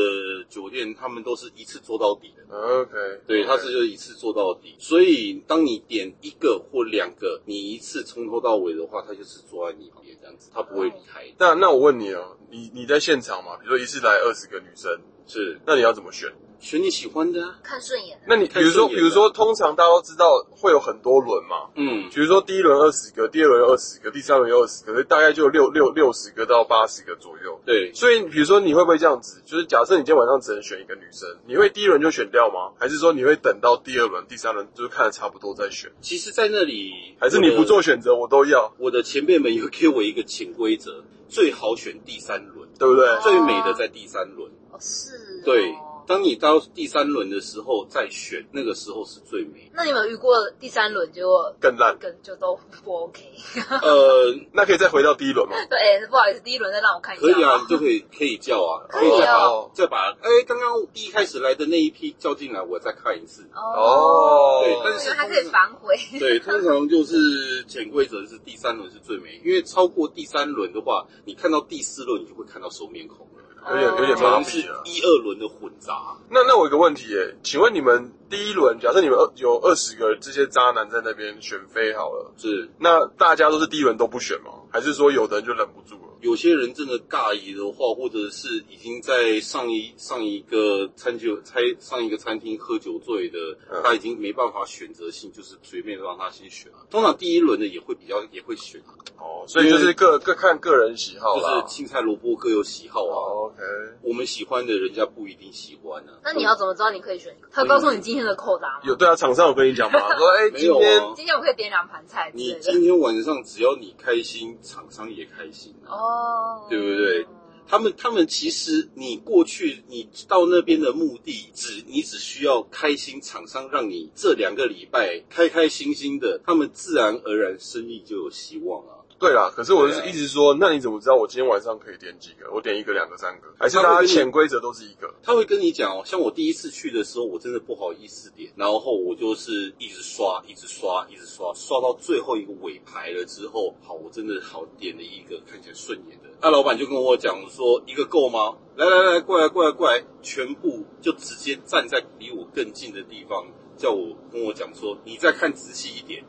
Speaker 3: 酒店，他们都是一次做到底的。
Speaker 2: OK，
Speaker 3: 对，它是就一次做到底，所以当你点一个或两个，你一次从头到尾的话，它就是坐在你旁边这样子，它不会离开。
Speaker 2: 那那我问你哦，你你在现场嘛？比如说一次来二十个女生，
Speaker 3: 是
Speaker 2: 那你要怎么选？
Speaker 3: 选你喜欢的啊。
Speaker 1: 看顺眼。
Speaker 2: 那你比
Speaker 3: 看
Speaker 2: 如说
Speaker 3: 顺
Speaker 2: 比
Speaker 3: 眼啊
Speaker 2: 如
Speaker 3: 的
Speaker 2: 说，通常大家都知道会有很多轮嘛，
Speaker 3: 嗯，
Speaker 2: 比如说第一轮二十个，第二轮二十个，第三轮二十个，所以大概就六六六十个到八十个左右。
Speaker 3: 对，
Speaker 2: 所以，比如说，你会不会这样子？就是假设你今天晚上只能选一个女生，你会第一轮就选掉吗？还是说你会等到第二轮、第三轮，就是看的差不多再选？
Speaker 3: 其实，在那里
Speaker 2: 还是你不做？选择，我都要，
Speaker 3: 我的我的前辈们有给我一个潜规则，最好选第三轮，
Speaker 2: 对不对？
Speaker 1: 哦
Speaker 3: 最美的在第三轮。
Speaker 1: 哦，是哦。。
Speaker 3: 对，当你到第三轮的时候再选，那个时候是最美
Speaker 1: 那你们遇过第三轮结果
Speaker 2: 更烂，
Speaker 1: 跟就都不 OK？
Speaker 3: 呃，
Speaker 2: 那可以再回到第一轮吗？
Speaker 1: 对，哎不好意思，第一轮再让我看一下。
Speaker 3: 可以啊，你就可以可以叫啊，
Speaker 1: 可以
Speaker 3: 再把
Speaker 2: 哦
Speaker 3: 再把哎，刚刚第一开始来的那一批叫进来，我再看一次。
Speaker 1: 哦，
Speaker 2: 哦，
Speaker 3: 对但
Speaker 1: 原
Speaker 3: 是
Speaker 1: 来还可以反悔。
Speaker 3: 对，通常就是潜规则是第三轮是最美，因为超过第三轮的话，你看到第四轮你就会看到熟面孔了，
Speaker 2: 有点有点
Speaker 3: 可
Speaker 2: 麻
Speaker 1: 哦
Speaker 3: 能
Speaker 2: 痹
Speaker 3: 是
Speaker 2: 了。
Speaker 3: 一二轮的混杂。
Speaker 2: 那那我有个问题耶，请问你们第一轮，假设你们二有二十个这些渣男在那边选妃好了，
Speaker 3: 是
Speaker 2: 那大家都是第一轮都不选吗？还是说有的人就忍不住了？
Speaker 3: 有些人真的尬移的话，或者是已经在上一上一个餐酒餐上一个餐厅喝酒醉的，
Speaker 2: 嗯
Speaker 3: 他已经没办法选择性，就是随便让他先选啊。通常第一轮的也会比较也会选啊，
Speaker 2: 哦，所以就是各各看个人喜好啦。
Speaker 3: 就是青菜萝卜各有喜好啊。
Speaker 2: 哦 OK，
Speaker 3: 我们喜欢的人家不一定喜欢啊。
Speaker 1: 那你要怎么知道你可以选？他有告诉你今天的扣打吗？
Speaker 2: 有对啊，厂商有跟你 讲吗？说哎、
Speaker 3: 没
Speaker 2: 今
Speaker 3: 有
Speaker 2: 天
Speaker 3: 啊，
Speaker 1: 今天我可以点两盘菜之
Speaker 3: 你
Speaker 1: 类的。
Speaker 3: 今天晚上只要你开心，厂商也开心啊。
Speaker 1: 哦，
Speaker 3: 对不对他们他们其实你过去你到那边的目的，只你只需要开心，厂商让你这两个礼拜开开心心的，他们自然而然生意就有希望啊。
Speaker 2: 对啦，可是我就
Speaker 3: 对
Speaker 2: 是
Speaker 3: 啊
Speaker 2: 一直说，那你怎么知道我今天晚上可以点几个？我点一个、两个、三个，还是大
Speaker 3: 他
Speaker 2: 家
Speaker 3: 会跟你
Speaker 2: 潜规则都是一个？
Speaker 3: 他会跟你讲哦，像我第一次去的时候，我真的不好意思点，然后我就是一直刷，一直刷，一直刷，刷到最后一个尾牌了之后，好，我真的好点了一个看起来顺眼的，那、老板就跟我讲说，一个够吗？来来来，过来过来过来，全部就直接站在离我更近的地方，叫我跟我讲说，你再看仔细一点，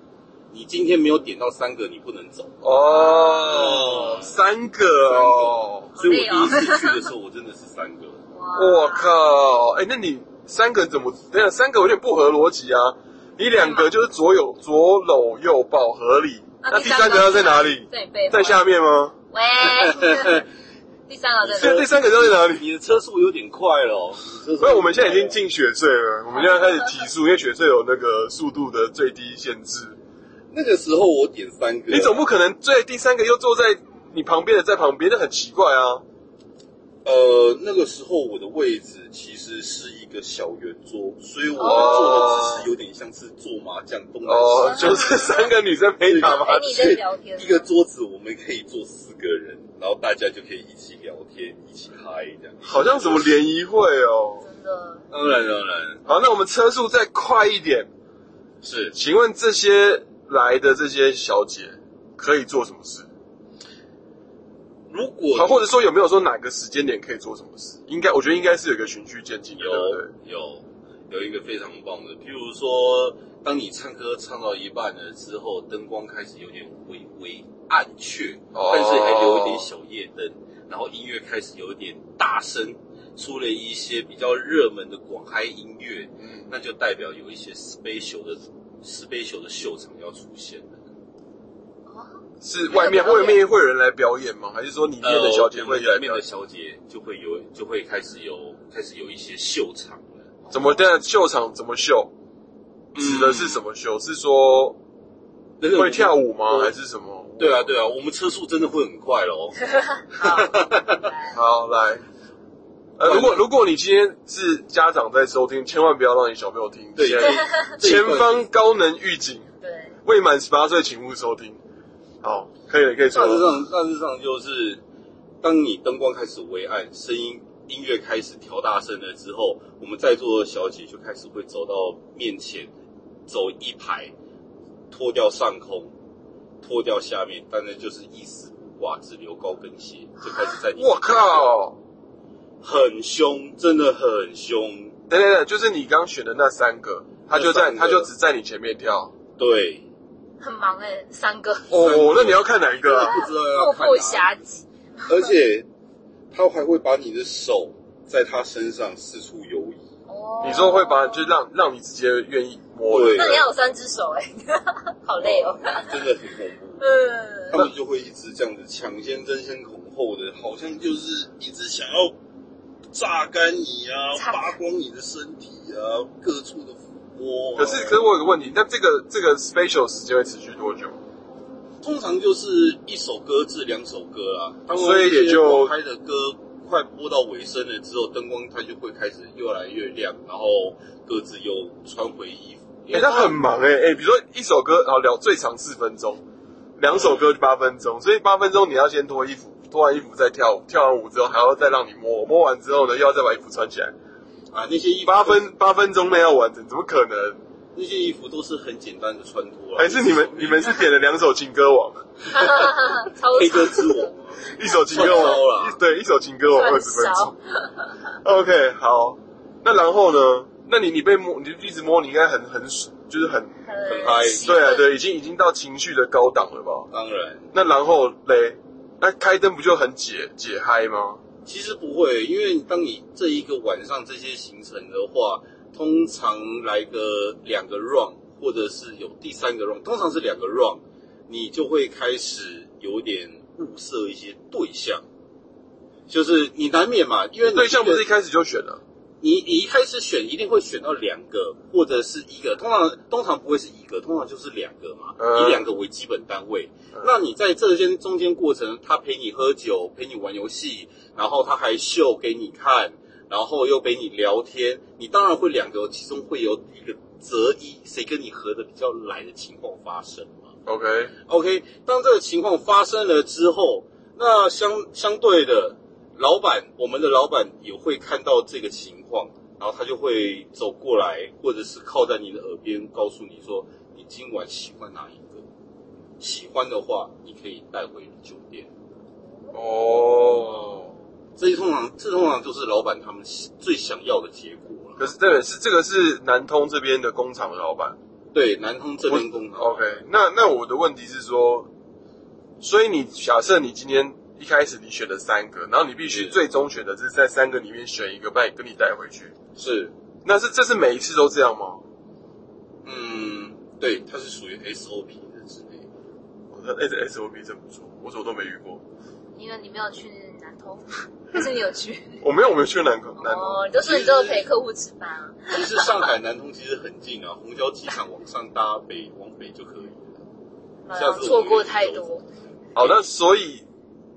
Speaker 3: 你今天没有点到三个，你不能走。
Speaker 2: 哦，三个哦，
Speaker 3: 所以
Speaker 1: 好
Speaker 3: 我
Speaker 1: 累
Speaker 3: 第
Speaker 1: 哦
Speaker 3: 一次去的时候，我真的是三 个。
Speaker 1: 哇
Speaker 2: 我靠！哎、那你三个怎么？等一下三个有点不合逻辑啊！你两个就是左右左搂右抱合理，那第三个要在哪里？
Speaker 1: 在背后
Speaker 2: 在下。面吗？
Speaker 1: 喂，第三个在哪
Speaker 2: 所以
Speaker 1: 里？
Speaker 2: 第三个要在哪里？
Speaker 3: 你的车速有点快了哦，你的车速有点快
Speaker 2: 所以我们现在已经进雪隧了，我们现在开始提速，因为雪隧有那个速度的最低限制。
Speaker 3: 那个时候我点三个，啊
Speaker 2: 你总不可能最第三个又坐在你旁边的在旁边，那很奇怪啊！
Speaker 3: 呃，那个时候我的位置其实是一个小圆桌，所以我坐的姿势有点像是做麻将东南
Speaker 2: 哦，
Speaker 3: 西。
Speaker 2: 就是三个女生陪打麻
Speaker 1: 哎你在
Speaker 2: 将，
Speaker 1: 聊天吗，
Speaker 3: 一个桌子我们可以坐四个人，然后大家就可以一起聊天，一起嗨这样。
Speaker 2: 好像什么联谊会哦。
Speaker 1: 真的
Speaker 3: 当然当然
Speaker 2: 好，那我们车速再快一点，
Speaker 3: 是
Speaker 2: 请问这些来的这些小姐可以做什么事？
Speaker 3: 如果
Speaker 2: 好，或者说有没有说哪个时间点可以做什么事？应该，我觉得应该是有一个循序渐进的，对不对？
Speaker 3: 有有有一个非常棒的，譬如说，当你唱歌唱到一半了之后，灯光开始有点微微暗却，
Speaker 2: 哦
Speaker 3: 但是还留一点小夜灯，然后音乐开始有点大声，出了一些比较热门的广嗨音乐，
Speaker 2: 嗯，
Speaker 3: 那就代表有一些 special 的 special 的秀场要出现了。
Speaker 1: 哦
Speaker 2: 是外面外面会有人来表演吗？还是说里面的小姐
Speaker 3: 呃我们
Speaker 2: 会
Speaker 3: 里
Speaker 2: 来
Speaker 3: 面
Speaker 2: 表
Speaker 3: 的
Speaker 2: 演？
Speaker 3: 小姐就会有就会开始有开始有一些秀场了。
Speaker 2: 怎么的秀场怎么秀？指的是什么秀？是说
Speaker 3: 那个
Speaker 2: 会跳舞吗？
Speaker 3: 我
Speaker 2: 还是什么？
Speaker 3: 对啊，对啊，我们车速真的会很快 喽。
Speaker 1: 好，哦来
Speaker 2: 好，来，呃，如果如果你今天是家长在收听，千万不要让你小朋友听。
Speaker 3: 对
Speaker 2: 现在
Speaker 3: 这一
Speaker 2: 前
Speaker 3: 段
Speaker 2: 方高能预警，
Speaker 1: 对，
Speaker 2: 未满十八岁请勿收听。好，可以了，可以
Speaker 3: 大
Speaker 2: 说
Speaker 3: 致
Speaker 2: 了。
Speaker 3: 上，大致上就是，当你灯光开始微暗，声音音乐开始调大声了之后，我们在座的小姐就开始会走到面前，走一排，脱掉上空，脱掉下面，当然就是一丝不挂，只留高跟鞋，就开始在你
Speaker 2: 我，靠！
Speaker 3: 很凶，真的很凶，
Speaker 2: 等等等，就是你刚选的那三个，他就在，
Speaker 3: 那三个
Speaker 2: 他就只在你前面跳。
Speaker 3: 对，
Speaker 1: 很忙哎，三个
Speaker 2: 哦，那你要看哪一个啊？
Speaker 3: 不知道要
Speaker 1: 目
Speaker 3: 看哪
Speaker 1: 不
Speaker 3: 里
Speaker 1: 暇接，
Speaker 3: 而且他还会把你的手在他身上四处游移。
Speaker 1: 哦
Speaker 2: 你说会把，就让让你直接愿意摸的。
Speaker 3: 对
Speaker 1: 那你要有三只手哎， 好累哦。
Speaker 3: 真的很恐怖。他
Speaker 1: 嗯，
Speaker 3: 们就会一直这样子抢先、争先恐后的，好像就是一直想要榨干你啊，
Speaker 1: 榨干
Speaker 3: 扒光你的身体啊，各处的抚摸啊、
Speaker 2: 可是，可是我有个问题，那这个这个 special 时间会持续多久？
Speaker 3: 通常就是一首歌至两首歌啦，当
Speaker 2: 所以也就
Speaker 3: 拍的歌快播到尾声了之后，灯光它就会开始越来越亮，然后各自又穿回衣服。因
Speaker 2: 哎、
Speaker 3: 为
Speaker 2: 他很忙哎、欸、哎、比如说一首歌，好聊最长四分钟，两首歌就八分钟，所以八分钟你要先脱衣服，脱完衣服再跳舞，跳完舞之后还要再让你摸，摸完之后呢又要再把衣服穿起来，
Speaker 3: 啊，那些衣服
Speaker 2: 八分八分钟内要完成，怎么可能？
Speaker 3: 那些衣服都是很简单的穿脱啊啦。
Speaker 2: 还是你们你们是点了两首情歌王，
Speaker 1: 超
Speaker 3: 黑
Speaker 1: 长
Speaker 3: 歌之王啊？
Speaker 2: 一首情歌王
Speaker 3: 算高啦
Speaker 2: 一 对一首情歌王二
Speaker 1: 很
Speaker 2: 十分
Speaker 1: 少
Speaker 2: 钟。OK，好，那然后呢？那你你被摸，你一直摸，你应该很很就是很
Speaker 1: 很
Speaker 3: 嗨
Speaker 1: 兴
Speaker 2: 对啊
Speaker 1: 奋，
Speaker 2: 对，已经已经到情绪的高档了吧？
Speaker 3: 当然，
Speaker 2: 那然后嘞，那开灯不就很解解嗨吗？
Speaker 3: 其实不会，因为当你这一个晚上这些行程的话，通常来个两个 round，或者是有第三个 round，通常是两个 round，你就会开始有点物色一些对象，就是你难免嘛，因为你
Speaker 2: 对象不是一
Speaker 3: 一个
Speaker 2: 开始就选了，
Speaker 3: 你你一开始选一定会选到两个或者是一个，通常通常不会是一个，通常就是两个嘛，
Speaker 2: 嗯
Speaker 3: 以两个为基本单位。
Speaker 2: 嗯
Speaker 3: 那你在这间中间过程，他陪你喝酒，陪你玩游戏，然后他还秀给你看，然后又陪你聊天，你当然会两个其中会有一个择一，谁跟你合的比较来的情况发生嘛。
Speaker 2: ，OK，
Speaker 3: OK，当这个情况发生了之后，那相相对的，老板，我们的老板也会看到这个情况，然后他就会走过来，或者是靠在你的耳边，告诉你说，你今晚喜欢哪一个？喜欢的话，你可以带回酒店。
Speaker 2: 哦，
Speaker 3: 这通常，这通常就是老板他们最想要的结果了。
Speaker 2: 可是对，是这个是南通这边的工厂的老板
Speaker 3: 对，南通这边工厂
Speaker 2: ，OK，那那我的问题是说，所以你假设你今天一开始你选了三个，然后你必须
Speaker 3: 是
Speaker 2: 最终选的是在三个里面选一个，把你跟你带回去。
Speaker 3: 是，
Speaker 2: 那是这是每一次都这样吗？
Speaker 3: 嗯，对，它是属于 SOP 的之类。
Speaker 2: 我的 S S O B 真不错，我怎么都没遇过。
Speaker 1: 因为你没有去南投，可是你有去
Speaker 2: 我没有，我没有去南港南港。
Speaker 1: 哦，都是你都有陪客户吃饭啊。
Speaker 3: 其实上海南通其实很近啊，虹桥机场往上搭北往北就可以了。
Speaker 1: 哎
Speaker 3: 下
Speaker 1: 呀
Speaker 3: 次我
Speaker 1: 错
Speaker 3: 们
Speaker 1: 过太多，
Speaker 2: 好，那所以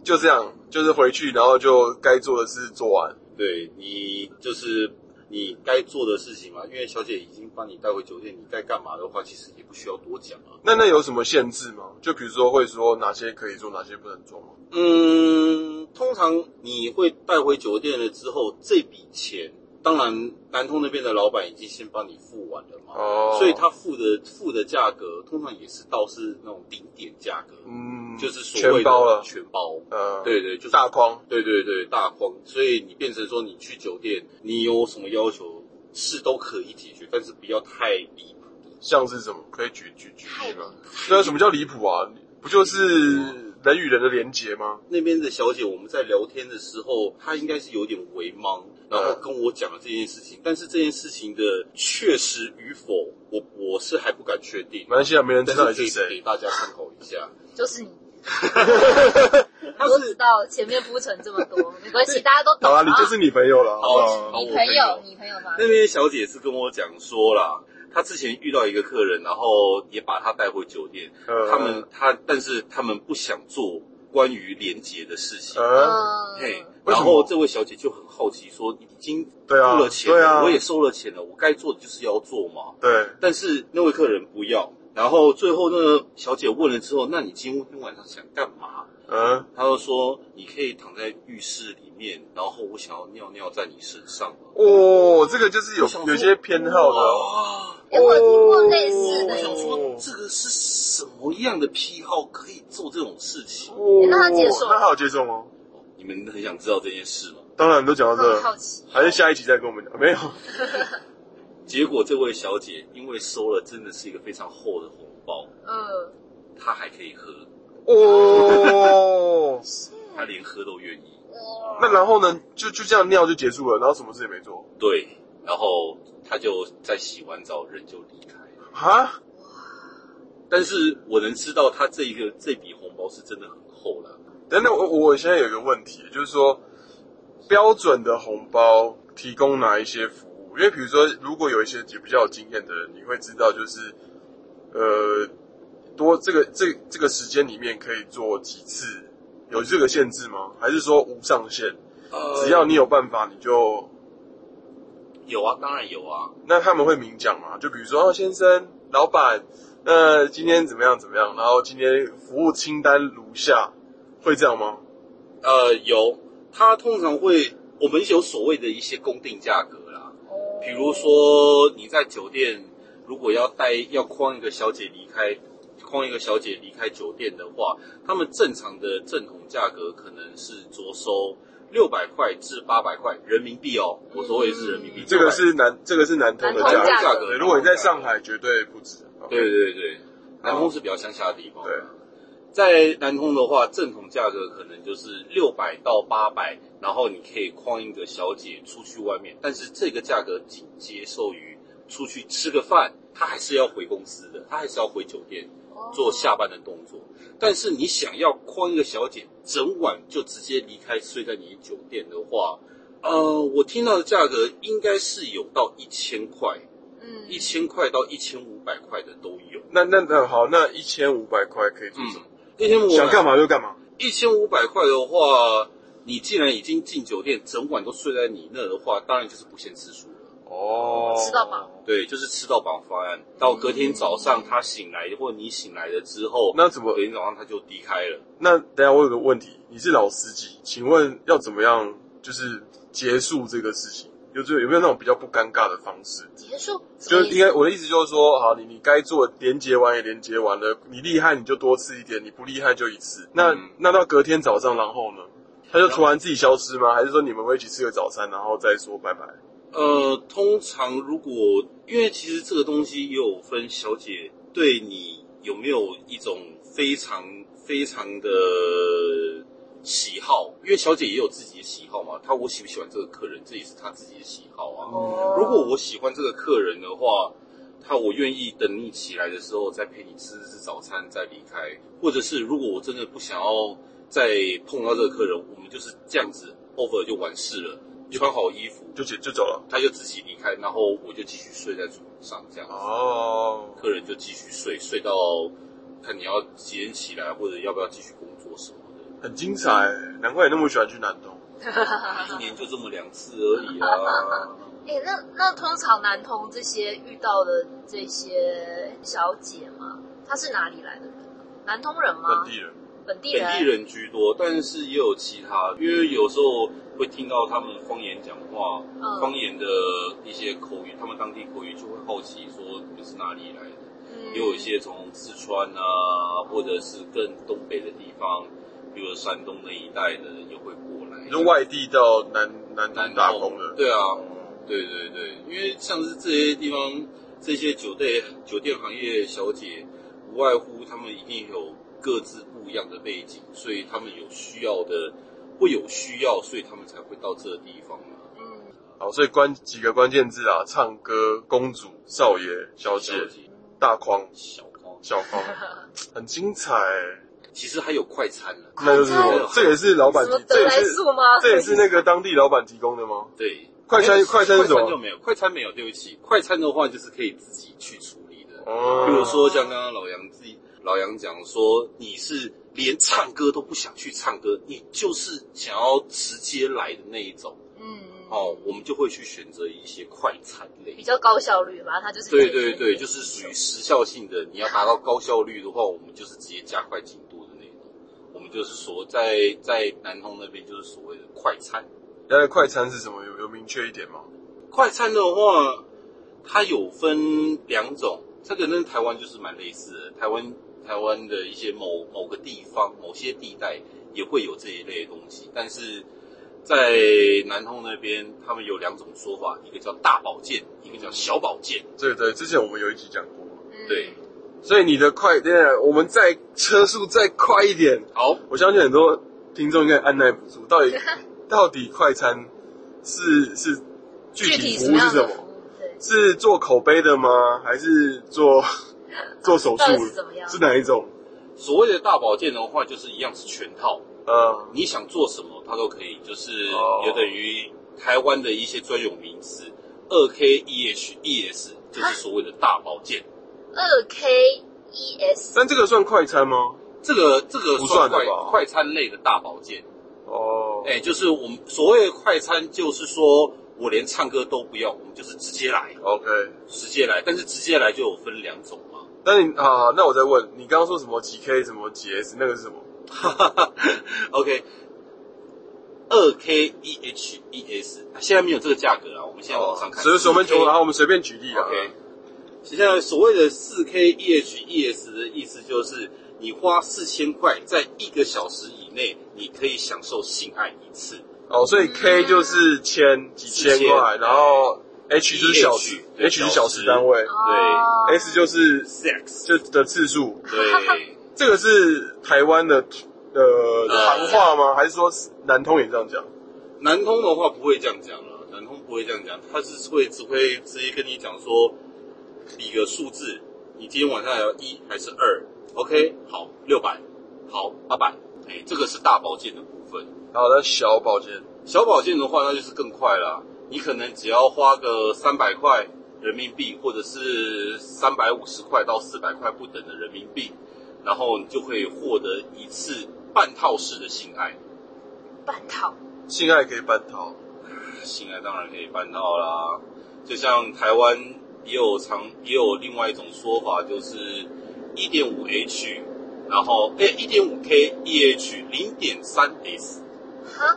Speaker 2: 就这样，就是回去，然后就该做的事做完。
Speaker 3: 对你就是你该做的事情嘛，因为小姐已经帮你带回酒店，你该干嘛的话，其实也不需要多讲啊。
Speaker 2: 那那有什么限制吗？就比如说会说哪些可以做，哪些不能做吗？
Speaker 3: 嗯，通常你会带回酒店了之后，这笔钱，当然南通那边的老板已经先帮你付完了嘛，
Speaker 2: 哦
Speaker 3: 所以他付的付的价格通常也是到是那种顶点价格，
Speaker 2: 嗯，
Speaker 3: 就是所
Speaker 2: 全
Speaker 3: 谓的
Speaker 2: 包了。
Speaker 3: 全包。
Speaker 2: 呃，，
Speaker 3: 对对，就是
Speaker 2: 大框。
Speaker 3: 对对对，大框，所以你变成说你去酒店，你有什么要求是都可以解决，但是不要太离谱。
Speaker 2: 像是什么？可以举举举
Speaker 1: 太
Speaker 2: 例
Speaker 1: 离
Speaker 2: 吗？
Speaker 1: 谱
Speaker 2: 对啊，什么叫离谱啊？不就是人与人的连结吗？
Speaker 3: 那边的小姐，我们在聊天的时候，她应该是有点为忙，然后跟我讲了这件事情，但是这件事情的确实与否，我我是还不敢确定
Speaker 2: 没。关系啊，没人知
Speaker 3: 但
Speaker 2: 道
Speaker 3: 是
Speaker 2: 你
Speaker 3: 可
Speaker 2: 是
Speaker 3: 以给
Speaker 2: 谁。
Speaker 3: 大家参考一下。
Speaker 1: 就是你。
Speaker 3: 她
Speaker 1: 我知
Speaker 3: 是
Speaker 1: 道前面铺陈这么多，没关系，大家都懂
Speaker 2: 好
Speaker 1: 啊。
Speaker 2: 啊，你就是你朋友了，好不好？
Speaker 1: 你
Speaker 3: 我
Speaker 1: 朋
Speaker 3: 朋
Speaker 1: 友
Speaker 3: 友，
Speaker 1: 你朋友吗？
Speaker 3: 那边小姐是跟我讲说啦，她之前遇到一个客人，然后也把她带回酒店，
Speaker 2: 呃
Speaker 3: 他们他，但是他们不想做关于廉洁的事情。
Speaker 2: 呃，
Speaker 3: 嘿
Speaker 1: 嗯，，
Speaker 2: 为什么
Speaker 3: 然后这位小姐就很好奇说，已经付
Speaker 2: 对啊
Speaker 3: 了钱
Speaker 2: 对啊
Speaker 3: 了，我也收了钱了，我该做的就是要做嘛。
Speaker 2: 对，
Speaker 3: 但是那位客人不要，然后最后呢，小姐问了之后，那你今天晚上想干嘛？
Speaker 2: 嗯，
Speaker 3: 她就说，你可以躺在浴室里面，然后我想要尿尿在你身上。
Speaker 2: 哦，这个就是有
Speaker 3: 我想说
Speaker 2: 有些偏好的，
Speaker 3: 哇
Speaker 1: 哎，我有听过类似的
Speaker 3: 我想
Speaker 1: 耶，
Speaker 2: 哦
Speaker 3: 说，这个是什么样的癖好可以做这种事情？
Speaker 2: 哦
Speaker 1: 那他接受吗
Speaker 2: 那他有接受吗？
Speaker 3: 你们很想知道这件事吗？
Speaker 2: 当然，都讲到这
Speaker 1: 很
Speaker 2: 了
Speaker 1: 嗯好奇。
Speaker 2: 还是下一集再跟我们 讲？没有，
Speaker 3: 结果这位小姐因为收了真的是一个非常厚的红包，
Speaker 1: 嗯，
Speaker 3: 她还可以喝，
Speaker 2: 哦，
Speaker 3: 她连喝都愿意。
Speaker 1: 哇
Speaker 2: 那然后呢？就就这样尿就结束了，然后什么事也没做
Speaker 3: 对，然后她就在洗完澡人就离开了。
Speaker 2: 啊？
Speaker 3: 但是我能知道她这一个这笔红包是真的很厚了。
Speaker 2: 等等，我我现在有一个问题，就是说标准的红包提供哪一些服务？因为比如说，如果有一些比较有经验的人，你会知道，就是呃，多这个这这个时间里面可以做几次，有这个限制吗？还是说无上限？
Speaker 3: 呃
Speaker 2: 只要你有办法，你就
Speaker 3: 有啊，当然有啊。
Speaker 2: 那他们会明讲吗？就比如说，哦，先生、老板，那今天怎么样怎么样？然后今天服务清单如下，会这样吗？
Speaker 3: 呃，有，她通常会我们有所谓的一些公定价格啦，比如说你在酒店如果要带要框一个小姐离开，框一个小姐离开酒店的话，他们正常的正统价格可能是着收六百块至八百块人民币哦，我所谓是人民币，
Speaker 2: 嗯这个是南，这个是南通的
Speaker 1: 南通
Speaker 2: 价
Speaker 1: 价
Speaker 2: 格。
Speaker 1: 格
Speaker 2: 对，如果你在上，海，绝对不止。
Speaker 3: 对对对，南通是比较乡下的地方，
Speaker 2: 对，
Speaker 3: 在南通的话，正统价格可能就是六百到八百，然后你可以框一个小姐出去外面，但是这个价格仅接受于出去吃个饭，她还是要回公司的，她还是要回酒店做下班的动作。但是你想要框一个小姐整晚就直接离开睡在你酒店的话，呃，我听到的价格应该是有到一千块，
Speaker 1: 嗯
Speaker 3: 一千块到一千五百块的都有。
Speaker 2: 那那那好，那一千五百块可以做
Speaker 3: 嗯
Speaker 2: 什么？，
Speaker 3: 一千五
Speaker 2: 想干嘛就干嘛。
Speaker 3: 一千五百块的话，你既然已经进酒店，整晚都睡在你那的话，当然就是不限次数了。
Speaker 2: 哦，
Speaker 1: 吃到饱。
Speaker 3: 对，就是吃到饱方案。到隔天早上他醒来，或你醒来了之后，
Speaker 2: 那怎么
Speaker 3: 隔天早上他就离开了。
Speaker 2: 那等一下我有个问题，你是老司机，请问要怎么样就是结束这个事情？有有有没有那种比较不尴尬的方式？
Speaker 1: 结束，
Speaker 2: 就是应该我的意思就是说，好，你你该做的连接完也连接完了，你厉害你就多吃一点，你不厉害就一次。那、
Speaker 3: 嗯
Speaker 2: 那到隔天早上，然后呢？他就突然自己消失吗？还是说你们会一起吃个早餐，然后再说拜拜？
Speaker 3: 呃，通常如果因为其实这个东西也有分小姐对你有没有一种非常非常的喜好，因为小姐也有自己的喜好嘛，她我喜不喜欢这个客人，这也是她自己的喜好啊。
Speaker 1: 哦
Speaker 3: 如果我喜欢这个客人的话，他我愿意等你起来的时候再陪你吃吃早餐再离开，或者是如果我真的不想要再碰到这个客人，我们就是这样子 over 就完事了，穿好衣服，
Speaker 2: 就解就走了。
Speaker 3: 他就自己离开，然后我就继续睡在床上这样子，
Speaker 2: 哦，
Speaker 3: 客人就继续睡，睡到看你要几点起来，或者要不要继续工作什么的。
Speaker 2: 很精彩，欸难怪你那么喜欢去南通。
Speaker 3: 一年就这么两次而已啊。
Speaker 1: 哎、那那通常南通这些遇到的这些小姐嘛，她是哪里来的人啊？南通人吗？
Speaker 2: 本地人，
Speaker 1: 本地
Speaker 3: 本
Speaker 1: 人。
Speaker 3: 地人居多，但是也有其他，因为有时候会听到他们方言讲话，
Speaker 1: 嗯
Speaker 3: 方言的一些口语，他们当地口语就会好奇说你们是哪里来的，
Speaker 1: 嗯
Speaker 3: 也有一些从四川啊，或者是更东北的地方，比如山东那一带的也会过来，
Speaker 2: 你说外地到南南
Speaker 3: 南
Speaker 2: 通打工的，
Speaker 3: 对啊，对对对，因为像是这些地方，这些酒店酒店行业小姐，无外乎她们一定有各自不一样的背景，所以她们有需要的，会有需要，所以她们才会到这个地方嘛。
Speaker 1: 嗯，
Speaker 2: 好，所以关几个关键字啊，唱歌、公主、少爷、小姐、大框、
Speaker 3: 小高，
Speaker 2: 小 框，很精彩。欸
Speaker 3: 其实还有快餐啊呢、
Speaker 2: 那就是
Speaker 1: 快
Speaker 2: 我
Speaker 1: 餐，
Speaker 2: 这也是老板
Speaker 1: 什么
Speaker 2: 提，这
Speaker 1: 德
Speaker 2: 也
Speaker 1: 来
Speaker 2: 是
Speaker 1: 速吗？
Speaker 2: 这也是那个当地老板提供的吗？
Speaker 3: 对，
Speaker 2: 快餐
Speaker 3: 没有
Speaker 2: 快餐是什么
Speaker 3: 快餐就没有，快餐没有，对不起，快餐的话就是可以自己去处理的。
Speaker 2: 哦，
Speaker 3: 比如说像刚刚老杨自己老杨讲说，你是连唱歌都不想去唱歌，你就是想要直接来的那一种
Speaker 1: 嗯，
Speaker 3: 哦，我们就会去选择一些快餐类
Speaker 1: 比。较高效率吧，它就是
Speaker 3: 对对对，就是属于时效性的。你要达到高效率的话，我们就是直接加快进度的那一种。我们就是所在在南通那边就是所谓的快餐。
Speaker 2: 那快餐是什么？有有明确一点吗？
Speaker 3: 快餐的话，它有分两种，这个跟台湾就是蛮类似的。台湾台湾的一些某某个地方、某些地带也会有这一类的东西，但是在南通那边，他们有两种说法，一个叫大保健，一个叫小保健。
Speaker 2: 对对，之前我们有一集讲过。
Speaker 1: 嗯
Speaker 3: 对
Speaker 2: 所以你的快，对，我们再车速再快一点，
Speaker 3: 好，
Speaker 2: 我相信很多听众应该按耐不住。 到底到底快餐是是具
Speaker 1: 具体
Speaker 2: 体服务是
Speaker 1: 样
Speaker 2: 什
Speaker 1: 的
Speaker 2: 么？
Speaker 1: 服务？对，
Speaker 2: 是做口碑的吗？还是 做做手
Speaker 1: 到底
Speaker 2: 术
Speaker 1: 是？怎么样？
Speaker 2: 是哪一种？
Speaker 3: 所谓的大保健的话，就是一样是全套，
Speaker 2: 呃，
Speaker 3: 你想做什么，它都可以，就是
Speaker 2: 哦
Speaker 3: 也等于台湾的一些专有名词，二 K E H E S，就是所谓的大保健。
Speaker 1: 二 K E S，
Speaker 2: 但这个算快餐吗？
Speaker 3: 这个这个
Speaker 2: 不算
Speaker 3: 快
Speaker 2: 的吧
Speaker 3: 快餐类的大保健，
Speaker 2: 哦，
Speaker 3: 哎、就是我们所谓的快餐，就是说我连唱歌都不要，我们就是直接来，
Speaker 2: o k
Speaker 3: 直接来。但是直接来就有分两种嘛，
Speaker 2: 那你啊，那我再问，你刚刚说什么几 K 什么几 S 那个是什么？
Speaker 3: 哈哈哈 OK，二 K E H E S，现在没有这个价格啊，我们现在网上看，
Speaker 2: 所以我们就然
Speaker 3: 4K
Speaker 2: 后我们哦随便举例啊。
Speaker 3: OK，现在所谓的四 K E EHES 的意思就是，你花四千块，在一个小时以内，你可以享受性爱一次。
Speaker 2: 哦，所以 K 就是千几千
Speaker 3: 四千
Speaker 2: 块，然后 H 就是小时
Speaker 3: EH
Speaker 2: ，H 是小时单位
Speaker 1: 哦
Speaker 2: ，S 就是
Speaker 3: ，sex，
Speaker 2: 就的次数。
Speaker 3: 对，
Speaker 2: 这个是台湾的呃行话吗？还是说南通也这样讲？
Speaker 3: 南通的话不会这样讲了，南通不会这样讲，他只会只会直接跟你讲说，比个数字，你今天晚上要一还是二？OK，好，六百，好，八百，哎，这个是大保健的部分。
Speaker 2: 好的，小保健
Speaker 3: 小保健的话，那就是更快了。你可能只要花个三百块人民币，或者是三百五十块到四百块不等的人民币，然后你就会获得一次半套式的性爱。
Speaker 1: 哦半套，
Speaker 2: 性爱可以半套，
Speaker 3: 性爱当然可以办到啦，就像台湾也有常也有另外一种说法，就是一点五 H，然后诶一点五 K EH 零点三 S
Speaker 1: 哈，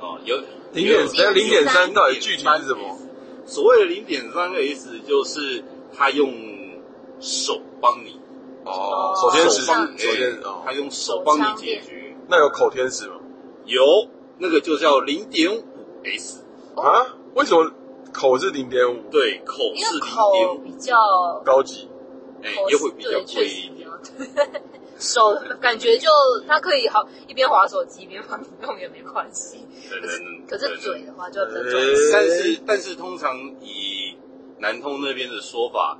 Speaker 3: 哦，有
Speaker 2: 零点
Speaker 1: 没有
Speaker 2: 零点三
Speaker 1: 0.3
Speaker 2: 到底具体是什么？？
Speaker 3: 所谓的零点三 S 就是他用手帮你，
Speaker 2: 哦，手天使，
Speaker 1: 手
Speaker 2: 手
Speaker 1: 棒
Speaker 2: 天使
Speaker 3: 他
Speaker 2: 哦，
Speaker 3: 用手帮你解决。
Speaker 2: 那有口天使吗？
Speaker 3: 有那个就叫零点五 S，
Speaker 2: 啊？为什么口是零点五？
Speaker 3: 对，口
Speaker 1: 因
Speaker 3: 是
Speaker 1: 为
Speaker 3: 零点
Speaker 1: 口
Speaker 3: 五，
Speaker 1: 比较，
Speaker 2: 高级
Speaker 3: 哎
Speaker 1: 口，
Speaker 3: 也
Speaker 1: 是
Speaker 3: 会比较
Speaker 1: 对确
Speaker 3: 贵
Speaker 1: 实
Speaker 3: 一
Speaker 1: 比
Speaker 3: 点。
Speaker 1: 较 手感觉就他可以好一边划手机一边放运动也没关系，
Speaker 3: 可能
Speaker 1: 可是嘴的话就比较专
Speaker 2: 呃
Speaker 1: 心。
Speaker 3: 但是但是通常以南通那边的说法，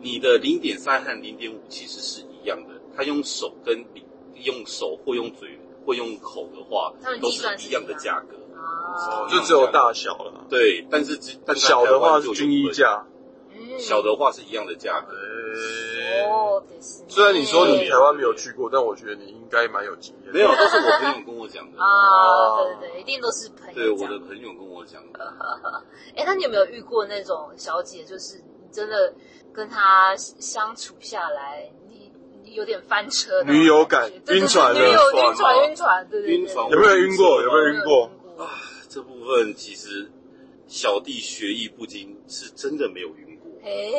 Speaker 3: 你的零点三和零点五其实是一样的，他用手跟你用手或用嘴或用口的话
Speaker 1: 他们，
Speaker 3: 都
Speaker 1: 计
Speaker 3: 是
Speaker 1: 算是
Speaker 3: 一
Speaker 1: 一
Speaker 3: 样
Speaker 1: 样
Speaker 3: 的
Speaker 1: 的
Speaker 3: 价格。
Speaker 1: 啊
Speaker 2: 就只有大小了。
Speaker 3: 对，但是只但是
Speaker 2: 小的话是
Speaker 3: 台湾就有
Speaker 2: 军衣价，
Speaker 1: 嗯
Speaker 3: 分，小的话是一样的价格。
Speaker 2: 呃，
Speaker 1: 哦，得是
Speaker 2: 虽然你说你台湾没有去过，但我觉得你应该蛮有经验的。
Speaker 3: 哦没有，都是我朋友跟我讲的。
Speaker 1: 嗯啊，对对对，一定都是朋友
Speaker 3: 对，我
Speaker 1: 这样
Speaker 3: 的朋友跟我讲的。
Speaker 1: 哎、那你有没有遇过那种小姐，就是你真的跟她相处下来，你你有点翻车的
Speaker 2: 女友感
Speaker 1: 对对对
Speaker 2: 晕船了
Speaker 1: 女友晕
Speaker 2: 算了
Speaker 1: 船晕船，对对对，
Speaker 3: 晕船
Speaker 2: 有没有晕过？有没有晕过？
Speaker 3: 这部分其实小弟学艺不精，是真的没有晕过。
Speaker 1: 哎、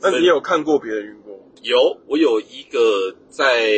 Speaker 2: 那你有看过别人晕过？
Speaker 3: 有，我有一个在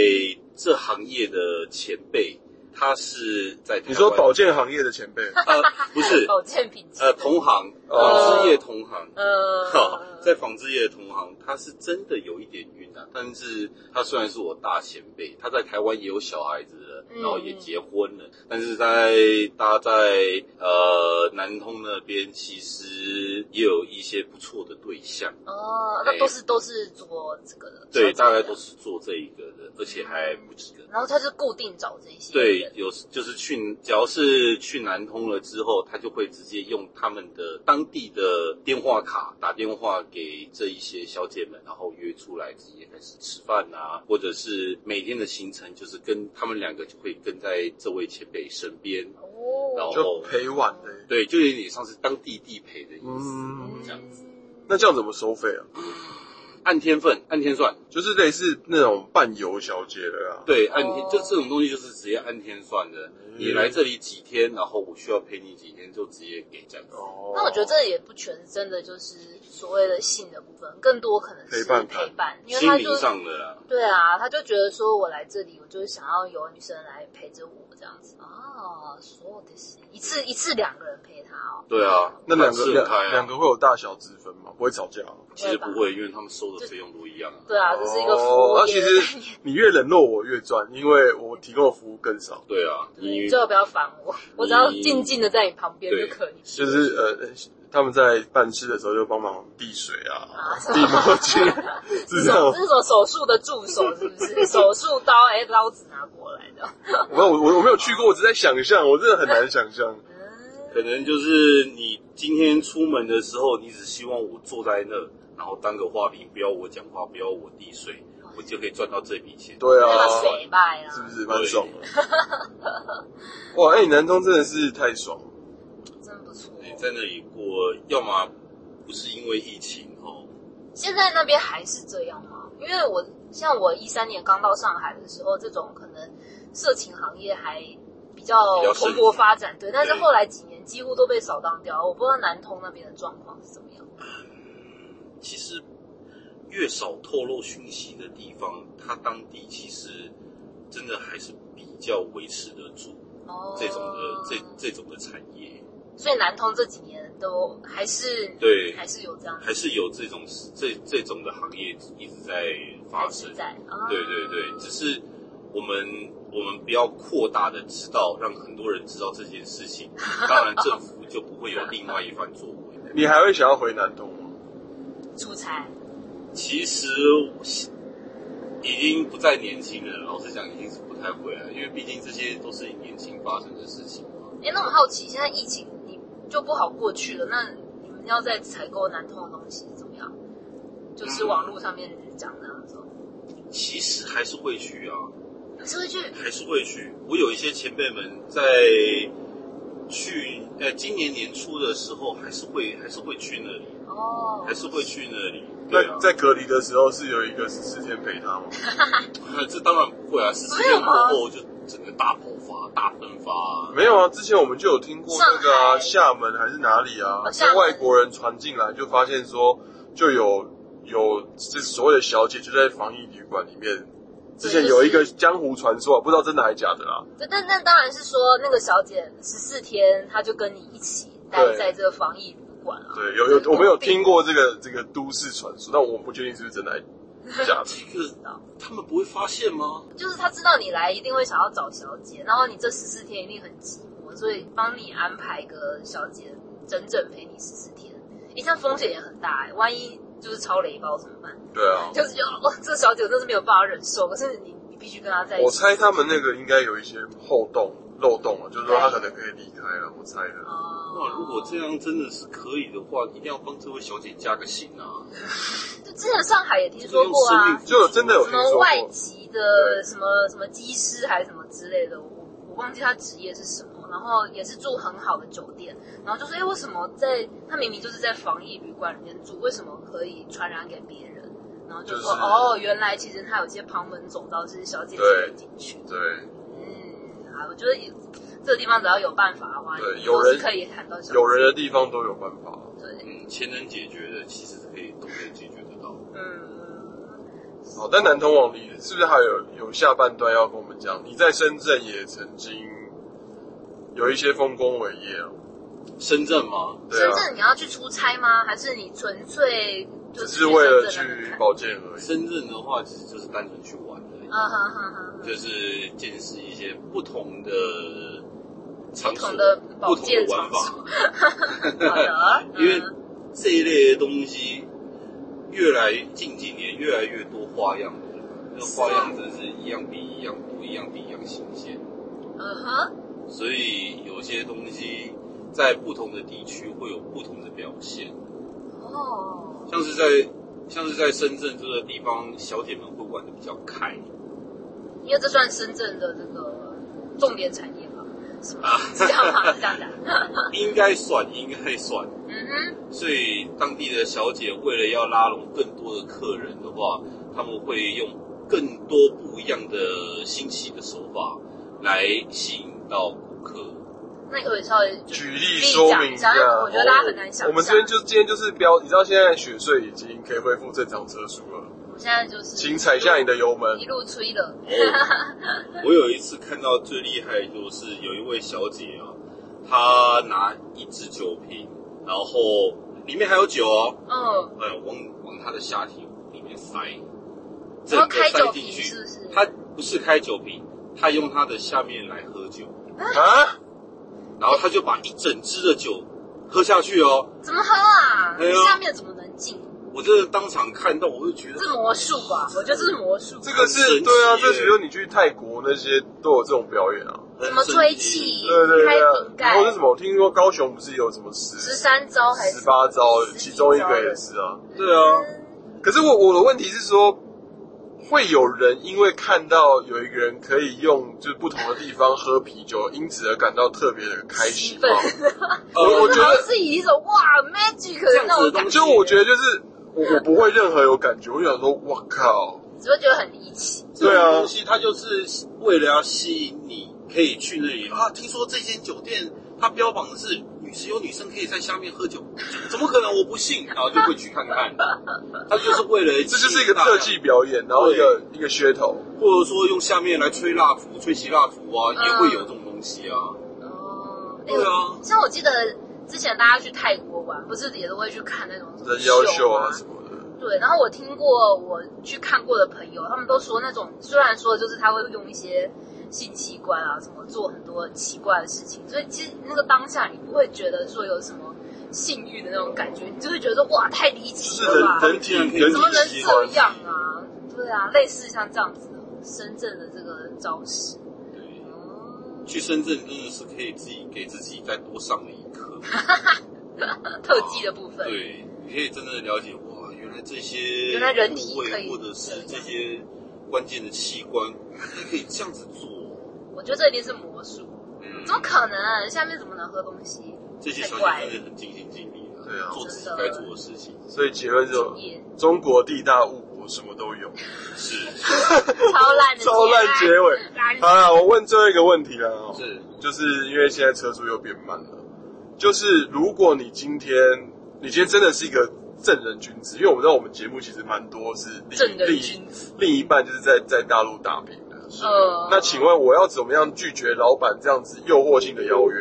Speaker 3: 这行业的前辈，他是在台湾
Speaker 2: 你说保健行业的前辈，
Speaker 3: 呃不 是
Speaker 1: 保健哦品质
Speaker 3: 呃同行，
Speaker 2: 哦
Speaker 3: 纺织业同行，
Speaker 1: 呃，
Speaker 3: 哈、在纺织业的同行，他是真的有一点晕啊。但是他虽然是我大前辈，他在台湾也有小孩子了，
Speaker 1: 嗯
Speaker 3: 然后也结婚了，但是在他在呃南通那边，其实也有一些不错的对象。
Speaker 1: 哦，那都是都是做这个的，
Speaker 3: 哎对，
Speaker 1: 小
Speaker 3: 大
Speaker 1: 姐的
Speaker 3: 概都。是做这一个的，而且还不止一个。
Speaker 1: 然后她是固定找这些
Speaker 3: 对
Speaker 1: 人，
Speaker 3: 有就是去，只要是去南通了之后，他就会直接用他们的当地的电话卡打电话给这一些小姐们，然后约出来直接开始吃饭啊，或者是每天的行程就是跟他们两个就会跟在这位前辈身边，然
Speaker 1: 哦，
Speaker 2: 就陪玩的。
Speaker 3: 对，就有点像是当地地陪的意思，
Speaker 2: 嗯，
Speaker 3: 这样子，
Speaker 2: 那这样怎么收费啊？
Speaker 3: 按天份，按天算，
Speaker 2: 就是类似那种伴游小姐的啊。
Speaker 3: 对，按天、
Speaker 1: 哦
Speaker 3: 就这种东西就是直接按天算的，
Speaker 2: 嗯
Speaker 3: 你来这里几天，然后我需要陪你几天，就直接给这样子。
Speaker 2: 哦
Speaker 1: 那我觉得这也不全是真的，就是所谓的性的部分，更多可能是
Speaker 2: 陪伴感
Speaker 1: 陪伴，因为
Speaker 3: 心
Speaker 1: 他就
Speaker 3: 灵上的啦，
Speaker 1: 对啊，他就觉得说我来这里，我就是想要有女生来陪着我这样子啊，所有的事一次一次两个人陪他哦，
Speaker 3: 对啊，
Speaker 2: 那两个
Speaker 3: 很
Speaker 2: 两
Speaker 3: 开啊
Speaker 2: 两个会有大小之分吗？不会吵架啊？
Speaker 3: 其实不会，因为他们收的费用都一样啊。
Speaker 1: 对啊，这是一个服务
Speaker 2: 哦那
Speaker 1: 业
Speaker 2: 其
Speaker 1: 的概念
Speaker 2: 实你越冷落我越赚，因为我提供的服务更少。
Speaker 3: 对啊，你
Speaker 1: 你最好不要烦我，我只要静静的在你旁边
Speaker 3: 对
Speaker 1: 就可以。
Speaker 2: 就是呃，他们在办事的时候就帮忙递水啊、
Speaker 1: 啊
Speaker 2: 递毛巾，是这样
Speaker 1: 手
Speaker 2: 吗
Speaker 1: 这。是手手术的助手是不 是？手术刀哎、刀子拿过来的。
Speaker 2: 我我我我没有去过，我只在想象，我真的很难想象。
Speaker 1: 嗯，
Speaker 3: 可能就是你今天出门的时候，你只希望我坐在那，然后当个花瓶，不要我讲话，不要我递水，我就可以赚到这笔钱。
Speaker 2: 对
Speaker 1: 那
Speaker 2: 啊
Speaker 1: 个，谁吧呀？
Speaker 2: 是不是蛮爽的？哇，哎、你南通真的是太爽了。
Speaker 1: 真不错。
Speaker 3: 你在那里过，要么不是因为疫情哦，
Speaker 1: 现在那边还是这样吗？因为我像我一三年刚到上海的时候，这种可能色情行业还比较
Speaker 3: 比较盛
Speaker 1: 蓬
Speaker 3: 行
Speaker 1: 勃发展，对。但是后来几年几乎都被扫荡掉，我不知道南通那边的状况是怎么样。
Speaker 3: 嗯其实越少透露讯息的地方，它当地其实真的还是比较维持得住
Speaker 1: 哦，
Speaker 3: 这种的这这种的产业。
Speaker 1: 所以南通这几年都还是
Speaker 3: 对
Speaker 1: 还是有这样的
Speaker 3: 还是有这种这这种的行业一直在发
Speaker 1: 还
Speaker 3: 生
Speaker 1: 是。在啊，
Speaker 3: 对对对，只是我们我们不要扩大的知道，让很多人知道这件事情，当然政府就不会有另外一番作为。
Speaker 2: 你还会想要回南通吗？
Speaker 1: 出差
Speaker 3: 其实我已经不再年轻了，老实讲，已经是不太会了，因为毕竟这些都是年轻发生的事情嘛。
Speaker 1: 哎、那我好奇，现在疫情你就不好过去了，那你们要在采购南通的东西怎么样？就是网络上面讲的那种，
Speaker 3: 其实还是会去啊，
Speaker 1: 还是会去
Speaker 3: 还是会去。我有一些前辈们在去呃今年年初的时候，还是会还是会去那里，
Speaker 1: 哦，
Speaker 3: 还是会去那里。对啊
Speaker 2: 那，在隔离的时候是有一个十四天陪他吗？
Speaker 3: 这当然不会啊，十四
Speaker 1: 没有
Speaker 3: 天过
Speaker 1: 吗
Speaker 3: 后就整个大爆发、大喷发啊。
Speaker 2: 没有啊，之前我们就有听过那个
Speaker 1: 上
Speaker 2: 啊，
Speaker 1: 海
Speaker 2: 厦门还是哪里啊，
Speaker 1: 哦厦
Speaker 2: 在
Speaker 1: 门
Speaker 2: 外国人传进来就发现说，就有有这所谓的小姐就在防疫旅馆里面。之前有一个江湖传说啊，不知道真的还假的啦。
Speaker 1: 对，但但当然是说那个小姐十四天，她就跟你一起待
Speaker 2: 对
Speaker 1: 在这个防疫旅馆啊。
Speaker 2: 对，有有我们有听过这个这个都市传说，但我不确定是不是真的还 假的。
Speaker 3: 这个他们不会发现吗？
Speaker 1: 就是他知道你来一定会想要找小姐，然后你这十四天一定很寂寞，所以帮你安排个小姐整整陪你十四天。诶，这样风险也很大哎、万一就是超雷包怎么办？
Speaker 2: 对啊，
Speaker 1: 就是觉得哦，这小姐我真是没有办法忍受，可是你你必须跟她在一
Speaker 2: 我
Speaker 1: 起。
Speaker 2: 猜他们那个应该有一些后洞、漏洞啊，就是说他可能可以离开了，我猜的。
Speaker 1: 哦
Speaker 3: 哇，如果这样真的是可以的话，一定要帮这位小姐加个薪啊！
Speaker 1: 就之前上海也听说过
Speaker 3: 用生
Speaker 1: 啊
Speaker 3: 命，
Speaker 2: 就真的有
Speaker 1: 什
Speaker 2: 听
Speaker 1: 么
Speaker 2: 说过，
Speaker 1: 外籍的什么什么技师还是什么之类的，我我忘记他职业是什么。然后也是住很好的酒店，然后就说：“哎，为什么在他明明就是在防疫旅馆里面住，为什么可以传染给别人？”然后就说：“
Speaker 2: 就是
Speaker 1: 哦，原来其实他有些旁门左道是小姐
Speaker 2: 对
Speaker 1: 姐进去。
Speaker 2: 对，”
Speaker 1: 嗯，啊，我觉得也这个地方只要有办法的话，
Speaker 2: 对
Speaker 1: 你
Speaker 2: 有
Speaker 1: 都是
Speaker 2: 人
Speaker 1: 可以看到小姐。
Speaker 2: 有人的地方都有办法。
Speaker 1: 对，
Speaker 3: 嗯，钱能解决的，其实可以都能解决得到。
Speaker 1: 嗯，
Speaker 2: 好，哦但南通网里是不是还有有下半段要跟我们讲？你在深圳也曾经有一些丰功伟业哦，
Speaker 3: 深圳吗？
Speaker 2: 对
Speaker 1: 深
Speaker 2: 啊，
Speaker 1: 圳你要去出差吗？还是你纯粹就
Speaker 2: 只
Speaker 1: 是
Speaker 2: 是为了
Speaker 1: 深圳来
Speaker 2: 去
Speaker 1: 看
Speaker 2: 保健而已。
Speaker 3: 深圳的话，其实就是单纯去玩而已。
Speaker 2: 啊
Speaker 1: 嗯哼哼哼哼，
Speaker 3: 就是见识一些不同的场
Speaker 1: 不
Speaker 3: 所、
Speaker 1: 同的保
Speaker 3: 不同的
Speaker 1: 健
Speaker 3: 玩
Speaker 1: 场
Speaker 3: 法，
Speaker 1: 所，。好的
Speaker 3: 因为
Speaker 1: 嗯
Speaker 3: 这一类的东西越来近几年越来越多花样了，那个
Speaker 1: 啊
Speaker 3: 花样真是一样比一样多，一样比一样新鲜。
Speaker 1: 嗯哼，
Speaker 3: 所以有些东西在不同的地区会有不同的表现，
Speaker 1: 哦，
Speaker 3: 像是在像是在深圳这个地方，小姐们会玩的比较开。
Speaker 1: 因为这算深圳的这个重点产业吧？是
Speaker 2: 啊
Speaker 1: 吗？是这样吗？是这样讲？
Speaker 3: 应该算，应该算。
Speaker 1: 嗯哼，
Speaker 3: 所以当地的小姐为了要拉拢更多的客人的话，他们会用更多不一样的新奇的手法来吸引到 顾客。
Speaker 1: 那你可不可以稍微就
Speaker 2: 举例说明
Speaker 1: 一
Speaker 2: 一
Speaker 1: 下
Speaker 2: 下，
Speaker 1: 因为我觉得大家很难想象
Speaker 2: 我们这边就今天就是标，你知道现在雪穗已经可以恢复正常车速了，
Speaker 1: 我现在就是
Speaker 2: 请踩下你的油 门
Speaker 1: 一。路吹了，
Speaker 3: 我有一次看到最厉害的就是有一位小姐啊，她拿一只酒瓶，然后里面还有酒哦，
Speaker 1: 嗯，
Speaker 3: 呃，往往她的下体里面塞，整
Speaker 1: 然后
Speaker 3: 个
Speaker 1: 开
Speaker 3: 塞
Speaker 1: 酒
Speaker 3: 进
Speaker 1: 瓶
Speaker 3: 去
Speaker 1: 是。不是？
Speaker 3: 她不是开酒瓶，她用她的下面来喝酒。
Speaker 2: 啊，
Speaker 3: 然后他就把一整支的酒喝下去哦。
Speaker 1: 怎么喝啊？
Speaker 3: 哎呦
Speaker 1: 下面怎么能进？
Speaker 3: 我真的当场看到，我就觉得
Speaker 1: 是魔术吧？我觉得这是魔术。
Speaker 2: 这个
Speaker 3: 很
Speaker 2: 是
Speaker 3: 神奇
Speaker 2: 对啊，
Speaker 3: 耶
Speaker 2: 这比如你去泰国那些都有这种表演啊。
Speaker 3: 很
Speaker 1: 怎么
Speaker 3: 震
Speaker 1: 吹
Speaker 3: 惊
Speaker 1: 气
Speaker 2: 对对对
Speaker 1: 开
Speaker 2: 啊
Speaker 1: 瓶，盖
Speaker 2: 然后是什么？我听说高雄不是有什么十
Speaker 1: 十三招还是
Speaker 2: 十八招，
Speaker 1: 十几
Speaker 2: 其中一
Speaker 1: 招
Speaker 2: 个也是啊。
Speaker 3: 对啊，
Speaker 2: 可是我我的问题是说，会有人因为看到有一个人可以用就是不同的地方喝啤酒，因此而感到特别的开心
Speaker 1: 气
Speaker 2: 吗？
Speaker 1: 氛，
Speaker 2: 我我觉
Speaker 1: 然后
Speaker 2: 得，
Speaker 1: 是以一种哇 magic 的那种感觉，
Speaker 2: 就我觉得就是我我不会任何有感觉，我想说，哇靠，
Speaker 1: 只会觉得很离奇。
Speaker 3: 这
Speaker 2: 对
Speaker 3: 种
Speaker 2: 啊
Speaker 3: 东西它就是为了要吸引你可以去那里啊。听说这间酒店它标榜的是女只有女生可以在下面喝酒，怎么可能？我 不信，然后就会去看看。他就是为了
Speaker 2: 这就是一个特技，表演，然后一个一个噱头。
Speaker 3: 或者说用下面来吹蜡烛、吹熄蜡烛啊，也会有这种东西啊。
Speaker 1: 哦，哎
Speaker 3: 对啊
Speaker 1: 像我记得之前大家去泰国玩，不是也都会去看那种什么
Speaker 2: 人妖秀
Speaker 1: 啊
Speaker 2: 啊什么的，
Speaker 1: 对，然后我听过我去看过的朋友，他们都说那种虽然说就是他会用一些性器官啊什么做很多奇怪的事情，所以其实那个当下你不会觉得说有什么性欲的那种感觉，你就会觉得说哇太离奇
Speaker 2: 是
Speaker 1: 了 吧，
Speaker 2: 人人
Speaker 1: 怎
Speaker 2: 体人
Speaker 3: 怎
Speaker 1: 么
Speaker 2: 体
Speaker 1: 能
Speaker 2: 器
Speaker 1: 这
Speaker 2: 官。
Speaker 1: 样啊？对啊，类似像这样子的深圳的这个招式，
Speaker 3: 对
Speaker 1: 嗯
Speaker 3: 去深圳真的是可以自己给自己再多上了一课。
Speaker 1: 特技的部分，
Speaker 3: 对，你可以真正的了解哇，原来这些
Speaker 1: 原来人体
Speaker 3: 部位
Speaker 1: 可以
Speaker 3: 或者是这些关键的器官，还可以这样子做。
Speaker 1: 我觉得这一定是魔术，
Speaker 3: 嗯
Speaker 1: 怎么可能？下面怎么能喝东 西？
Speaker 3: 这些小
Speaker 1: 太怪
Speaker 3: 姐
Speaker 1: 了
Speaker 3: 真的很尽心尽力了，
Speaker 2: 对啊
Speaker 3: 做自己该做的事情。
Speaker 2: 所以结论就
Speaker 1: 敬，业，
Speaker 2: 中国地大物博，什么都有，
Speaker 3: 是
Speaker 1: 超烂的，
Speaker 2: 超烂结尾。
Speaker 1: 烂
Speaker 2: 好了，我问最后一个问题了哦，
Speaker 3: 是，
Speaker 2: 就是因为现在车速又变慢了，就是如果你今天，你今天真的是一个正人君子，因为我们知道我们节目其实蛮多是另
Speaker 1: 正人
Speaker 2: 另
Speaker 1: 君子
Speaker 2: 另一半就是在在大陆打拼的。
Speaker 1: 呃
Speaker 2: 那请问我要怎么样拒绝老板这样子诱惑性的邀约？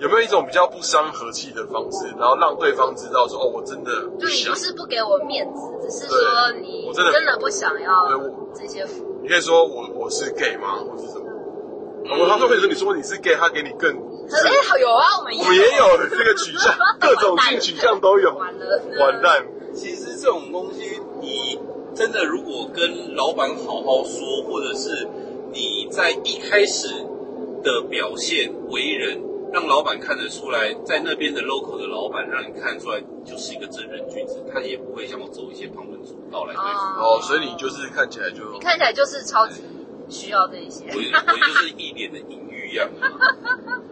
Speaker 2: 有没有一种比较不伤和气的方式，然后让对方知道说哦，我真的不
Speaker 1: 对你
Speaker 2: 想
Speaker 1: 不。是不给我面子，只是说你
Speaker 2: 我真的
Speaker 1: 真的不想
Speaker 2: 对
Speaker 1: 要
Speaker 2: 我
Speaker 1: 这些服务。
Speaker 2: 你可以说我我是 gay 吗，或是什么？
Speaker 1: 嗯
Speaker 2: 哦我他说可以说你说你是 gay，他给你 更，
Speaker 1: 他说：“哎，好有啊，我们
Speaker 2: 我们也有这个取 向，各种性取向都有，
Speaker 1: 完了，
Speaker 2: 完蛋。
Speaker 3: 其实这种东西，你真的如果跟老板好好说，或者是你在一开始的表现为人，让老板看得出来，在那边的 local 的老板让你看出来你就是一个正人君子，他也不会想要走一些旁门左道来对付
Speaker 2: 哦，所以你就是看起来就
Speaker 1: 你看起来就是超级需要这一些
Speaker 3: 我。我就是一脸的淫欲样啊。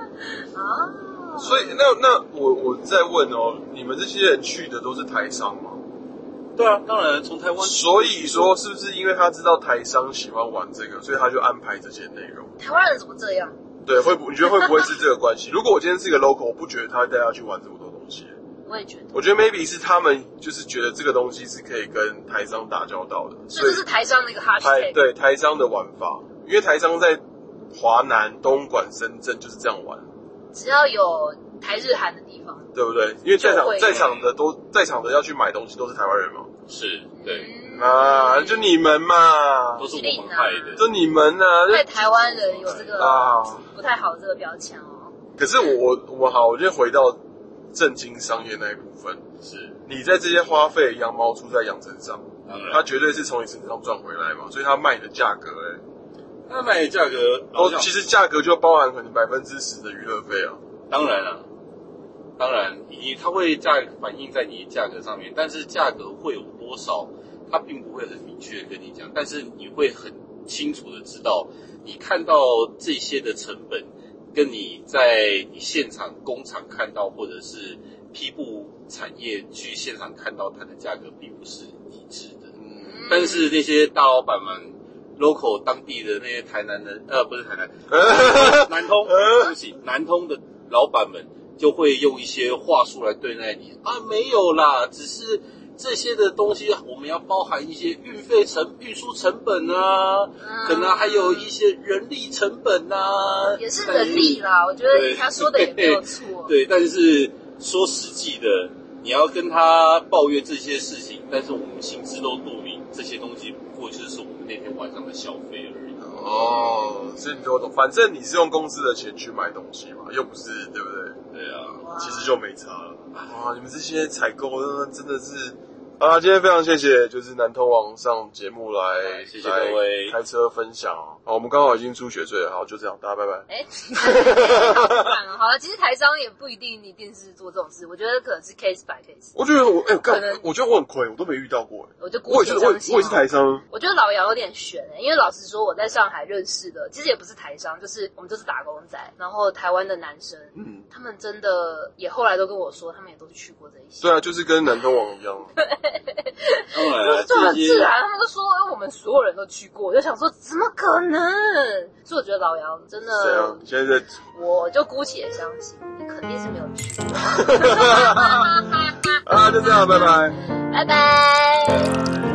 Speaker 1: 哦，
Speaker 2: 所以那那我我再问哦，你们这些人去的都是台商吗？
Speaker 3: 对啊，当然从台湾
Speaker 2: 所以说是不是因为他知道台商喜欢玩这个，所以他就安排这些内容？
Speaker 1: 台湾人怎么这样？
Speaker 2: 对，会不？你觉得会不会是这个关系？如果我今天是一个 local，我不觉得他会带他去玩这么多东西。
Speaker 1: 我也觉得，
Speaker 2: 我觉得 maybe 是他们就是觉得这个东西是可以跟台商打交道的，
Speaker 1: 所
Speaker 2: 所
Speaker 1: 以
Speaker 2: 以
Speaker 1: 这是台上那个
Speaker 2: 台
Speaker 1: hashtag。
Speaker 2: 对台商的玩法，因为台商在华南、东莞、深圳就是这样玩，
Speaker 1: 只要有台日韩的地方，
Speaker 2: 对不对？因为在场
Speaker 1: 就会
Speaker 2: 在场的都在场的要去买东西都是台湾人嘛，
Speaker 3: 是对，
Speaker 1: 嗯
Speaker 2: 啊，就你们嘛，
Speaker 3: 都是我们派的。
Speaker 2: 就你们呐、
Speaker 1: 对
Speaker 2: 啊
Speaker 1: 台湾人有这
Speaker 2: 就，
Speaker 1: 个
Speaker 2: 啊。
Speaker 1: 不太好的这个标签哦。
Speaker 2: 可是我我我好，我就回到正经商业那一部分，
Speaker 3: 是
Speaker 2: 你在这些花费，羊毛出在羊身上，
Speaker 3: 当
Speaker 2: 它
Speaker 1: 嗯
Speaker 3: 然，
Speaker 2: 绝对是从你身上赚回来嘛，所以它卖的价格、欸，
Speaker 3: 他卖的价格
Speaker 2: 哦
Speaker 3: 老实，讲
Speaker 2: 其实价格就包含可能百分之十的娱乐费啊。
Speaker 3: 当然了、当然，你它会价反映在你的价格上面，但是价格会有多少，它并不会很明确地跟你讲，但是你会很清楚的知道，你看到这些的成本，跟你在你现场工厂看到或者是批布产业去现场看到它的价格并不是一致的。
Speaker 2: 嗯，
Speaker 3: 但是那些大老板们，local 当地的那些台南人，呃，不是台南，南通，对不起，南通的老板们就会用一些话术来对待你啊，没有啦，只是这些的东西我们要包含一些运费成、运输成本啊，
Speaker 1: 嗯
Speaker 3: 可能还有一些人力成本啊，
Speaker 1: 也是能力啦，我觉得他说的也没有错。
Speaker 3: 对，但是说实际的，你要跟他抱怨这些事情，但是我们心知都肚明，这些东西不过就是我们那天晚上的消费而已。
Speaker 2: 哦，所以你都懂，反正你是用公司的钱去买东西嘛，又不是对不对？
Speaker 3: 对啊，
Speaker 1: 哇
Speaker 2: 其实就没差了。哇，你们这些采购真的是。啊，今天非常谢谢，就是南通网上节目来，
Speaker 3: 谢谢各位
Speaker 2: 来开车分享哦。好，我们刚好已经出血税了，好，就这样，大家拜拜。
Speaker 1: 哎，好棒 哦好了，其实台商也不一定一定是做这种事，我觉得可能是 case by case。
Speaker 2: 我觉得我哎，干、
Speaker 1: 可能
Speaker 2: 我觉得我很亏，我都没遇到过哎。
Speaker 1: 我就
Speaker 2: 我
Speaker 1: 姑
Speaker 2: 也
Speaker 1: 且
Speaker 2: 是，我
Speaker 1: 相
Speaker 2: 也
Speaker 1: 信。
Speaker 2: 我也是台商，
Speaker 1: 我觉得老杨有点悬、欸，因为老实说，我在上海认识的其实也不是台商，就是我们就是打工仔，然后台湾的男生，
Speaker 2: 嗯，
Speaker 1: 他们真的也后来都跟我说，他们也都去过这一些
Speaker 2: 对，啊，就是跟南通网一样啊。
Speaker 3: 当 然
Speaker 1: 就是就
Speaker 3: 啊
Speaker 1: 很
Speaker 3: 这
Speaker 1: 自
Speaker 3: 些
Speaker 1: 然，他们都说哎我们所有人都去过，我就想说怎么可能？所以我觉得老杨真
Speaker 2: 谁啊
Speaker 1: 的，？
Speaker 2: 现 在在
Speaker 1: 我就姑且相信你肯定是没有去过，
Speaker 2: 啊，就这样，拜拜。
Speaker 1: 拜拜。